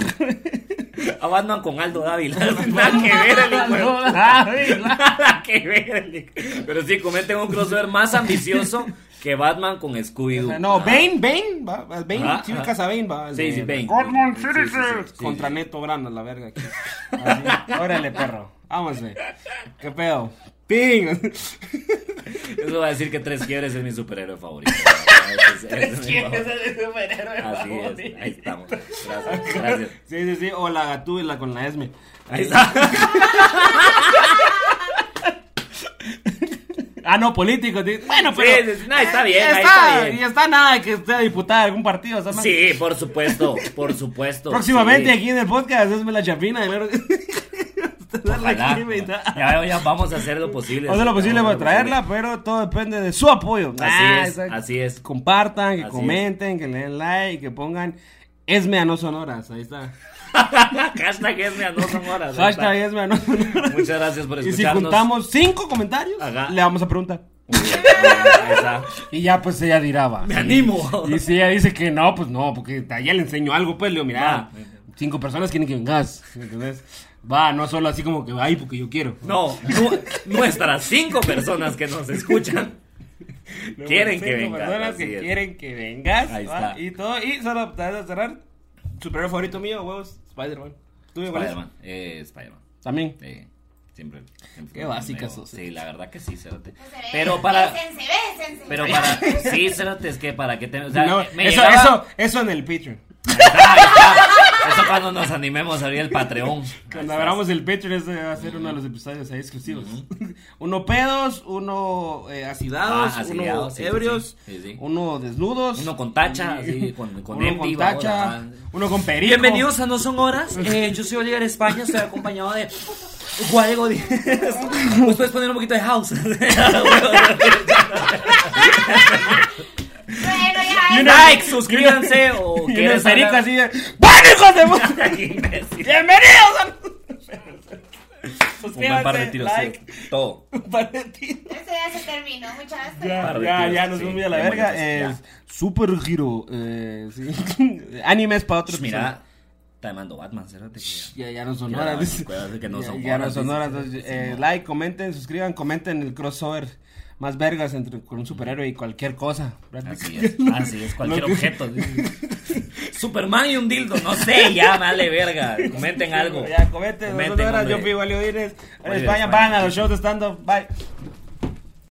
Speaker 1: A Batman con Aldo Dávila. Nada que ver el hijo de- Nada que ver. el hijo- Pero sí, comenten un crossover más ambicioso que Batman con
Speaker 2: O
Speaker 1: Scooby-Doo.
Speaker 2: sea, no,
Speaker 1: Ajá.
Speaker 2: Bane, Bane, va, va, Bane,
Speaker 1: Ajá,
Speaker 2: sí
Speaker 1: ajá.
Speaker 2: ubicas a Bane, va.
Speaker 1: Sí,
Speaker 2: de-
Speaker 1: sí, Bane.
Speaker 2: Gotham
Speaker 1: Sí, sí,
Speaker 2: City
Speaker 1: sí, sí,
Speaker 2: Sirens.
Speaker 1: sí, sí.
Speaker 2: Contra Neto Brana, la verga. aquí. Así. Órale, perro. Vámonos. ¿Qué pedo? ¡Ping!
Speaker 1: Eso va a decir que Tres Quiebres es mi superhéroe favorito. Tres
Speaker 2: superhéroe.
Speaker 1: Así es, ahí estamos. Gracias, gracias.
Speaker 2: Sí, sí, sí. O la gatúbela con la Esme.
Speaker 1: Ahí está.
Speaker 2: Ah, no, político. di- Bueno,
Speaker 1: Sí,
Speaker 2: pero. eh,
Speaker 1: sí, sí, no, está bien, ahí está
Speaker 2: está,
Speaker 1: bien.
Speaker 2: y está nada de que sea diputada de algún partido. o sea, más-
Speaker 1: Sí, por supuesto, por supuesto.
Speaker 2: Próximamente
Speaker 1: sí.
Speaker 2: aquí en el podcast, hazme la chapina. claro. dar la
Speaker 1: Ojalá,
Speaker 2: extremidad.
Speaker 1: ya, veo, ya vamos a hacer lo posible.
Speaker 2: Vamos a lo posible
Speaker 1: Vamos a
Speaker 2: para
Speaker 1: hacer lo posible.
Speaker 2: traerla, pero todo depende de su apoyo.
Speaker 1: Así es,
Speaker 2: exacto.
Speaker 1: así es.
Speaker 2: Compartan, que
Speaker 1: Así
Speaker 2: comenten, que le den like, que pongan Esme a no sonoras. Ahí está.
Speaker 1: Hashtag Esmea, no son horas. ahí está.
Speaker 2: Hashtag Esme a no sonoras.
Speaker 1: Muchas gracias por
Speaker 2: Y si
Speaker 1: escucharnos.
Speaker 2: juntamos cinco comentarios,
Speaker 1: Ajá.
Speaker 2: le vamos a preguntar.
Speaker 1: Muy bien, ahí está.
Speaker 2: Y ya pues ella dirá, va.
Speaker 1: Me animo.
Speaker 2: Y si ella dice que no, pues no, porque allá le enseño algo, pues le digo, mira,
Speaker 1: Va.
Speaker 2: cinco personas quieren que vengas. ¿entendés? Va, no solo así como que, ay, porque yo quiero.
Speaker 1: No, nu- nuestras cinco personas que nos escuchan quieren que
Speaker 2: Cinco
Speaker 1: venga.
Speaker 2: personas
Speaker 1: así
Speaker 2: que
Speaker 1: es.
Speaker 2: quieren que vengas.
Speaker 1: Ahí
Speaker 2: va,
Speaker 1: está.
Speaker 2: Y todo. Y solo para cerrar, superhéroe favorito mío, huevos, Spider-Man. ¿Tú me
Speaker 1: Spider-Man, eh, Spider-Man.
Speaker 2: También.
Speaker 1: eh, siempre. siempre
Speaker 2: Qué
Speaker 1: me
Speaker 2: básica
Speaker 1: niego.
Speaker 2: sos.
Speaker 1: Sí, la verdad que sí, Cerote.
Speaker 3: Espérate.
Speaker 1: Pero para.
Speaker 3: Bésense, bésense.
Speaker 1: Pero para. Sí, Cerote, es que para que te. O sea,
Speaker 2: No,
Speaker 1: me
Speaker 2: eso,
Speaker 1: llegaba-
Speaker 2: eso, eso en el Patreon.
Speaker 1: Ahí está, ahí está. Eso cuando nos animemos a abrir el Patreon.
Speaker 2: Cuando
Speaker 1: Ahí está.
Speaker 2: abramos el Patreon, ese va a ser uno de los episodios ahí exclusivos. uno pedos, uno eh, acidados,
Speaker 1: Ah, acidado,
Speaker 2: uno
Speaker 1: sí, sí,
Speaker 2: ebrios,
Speaker 1: sí, sí.
Speaker 2: uno desnudos.
Speaker 1: Uno con tacha, así, con- con
Speaker 2: uno
Speaker 1: empty,
Speaker 2: con
Speaker 1: va,
Speaker 2: tacha,
Speaker 1: ahora, va.
Speaker 2: uno con perico.
Speaker 1: Bienvenidos a No Son Horas. Eh, yo soy Oliver España, estoy acompañado de Guadego Díaz. ¿Nos puedes poner un poquito de house?
Speaker 3: Bueno, ya. es-
Speaker 1: like, suscríbanse o
Speaker 2: Y el
Speaker 1: quieres
Speaker 2: perico
Speaker 1: hablar-
Speaker 2: así de, ¡Bueno, hijos de puta!
Speaker 1: Imbécil.
Speaker 2: ¡Bienvenidos a...
Speaker 1: Un par de tiros, sí.
Speaker 2: like,
Speaker 1: Todo.
Speaker 2: un par de tiros.
Speaker 3: Esto ya se terminó. Muchas gracias.
Speaker 2: Ya,
Speaker 1: par de
Speaker 2: ya,
Speaker 1: tiros,
Speaker 2: ya, nos
Speaker 1: sí,
Speaker 2: vamos a la
Speaker 1: ya
Speaker 2: verga.
Speaker 1: molesto,
Speaker 2: Es super giro. Eh, sí. Animes para otros.
Speaker 1: Pues mira, está demandando Batman, cérate que ya.
Speaker 2: Ya, ya no son
Speaker 1: Ya,
Speaker 2: horas.
Speaker 1: bueno,
Speaker 2: dice.
Speaker 1: acuérdate que no
Speaker 2: Ya-
Speaker 1: son
Speaker 2: ya no
Speaker 1: horas,
Speaker 2: son
Speaker 1: dice.
Speaker 2: horas, entonces, eh, like, comenten, suscriban, comenten el crossover. Más vergas entre con un superhéroe y cualquier cosa.
Speaker 1: Así es, así es, cualquier
Speaker 2: Lo que-
Speaker 1: objeto. Superman y un dildo, no sé, ya, vale verga. Comenten algo.
Speaker 2: Ya, comenten. Nos son horas. Yo
Speaker 1: hombre.
Speaker 2: fui Valio Dines. En
Speaker 1: Oye,
Speaker 2: España
Speaker 1: España.
Speaker 2: van a los shows de stand-up. Bye.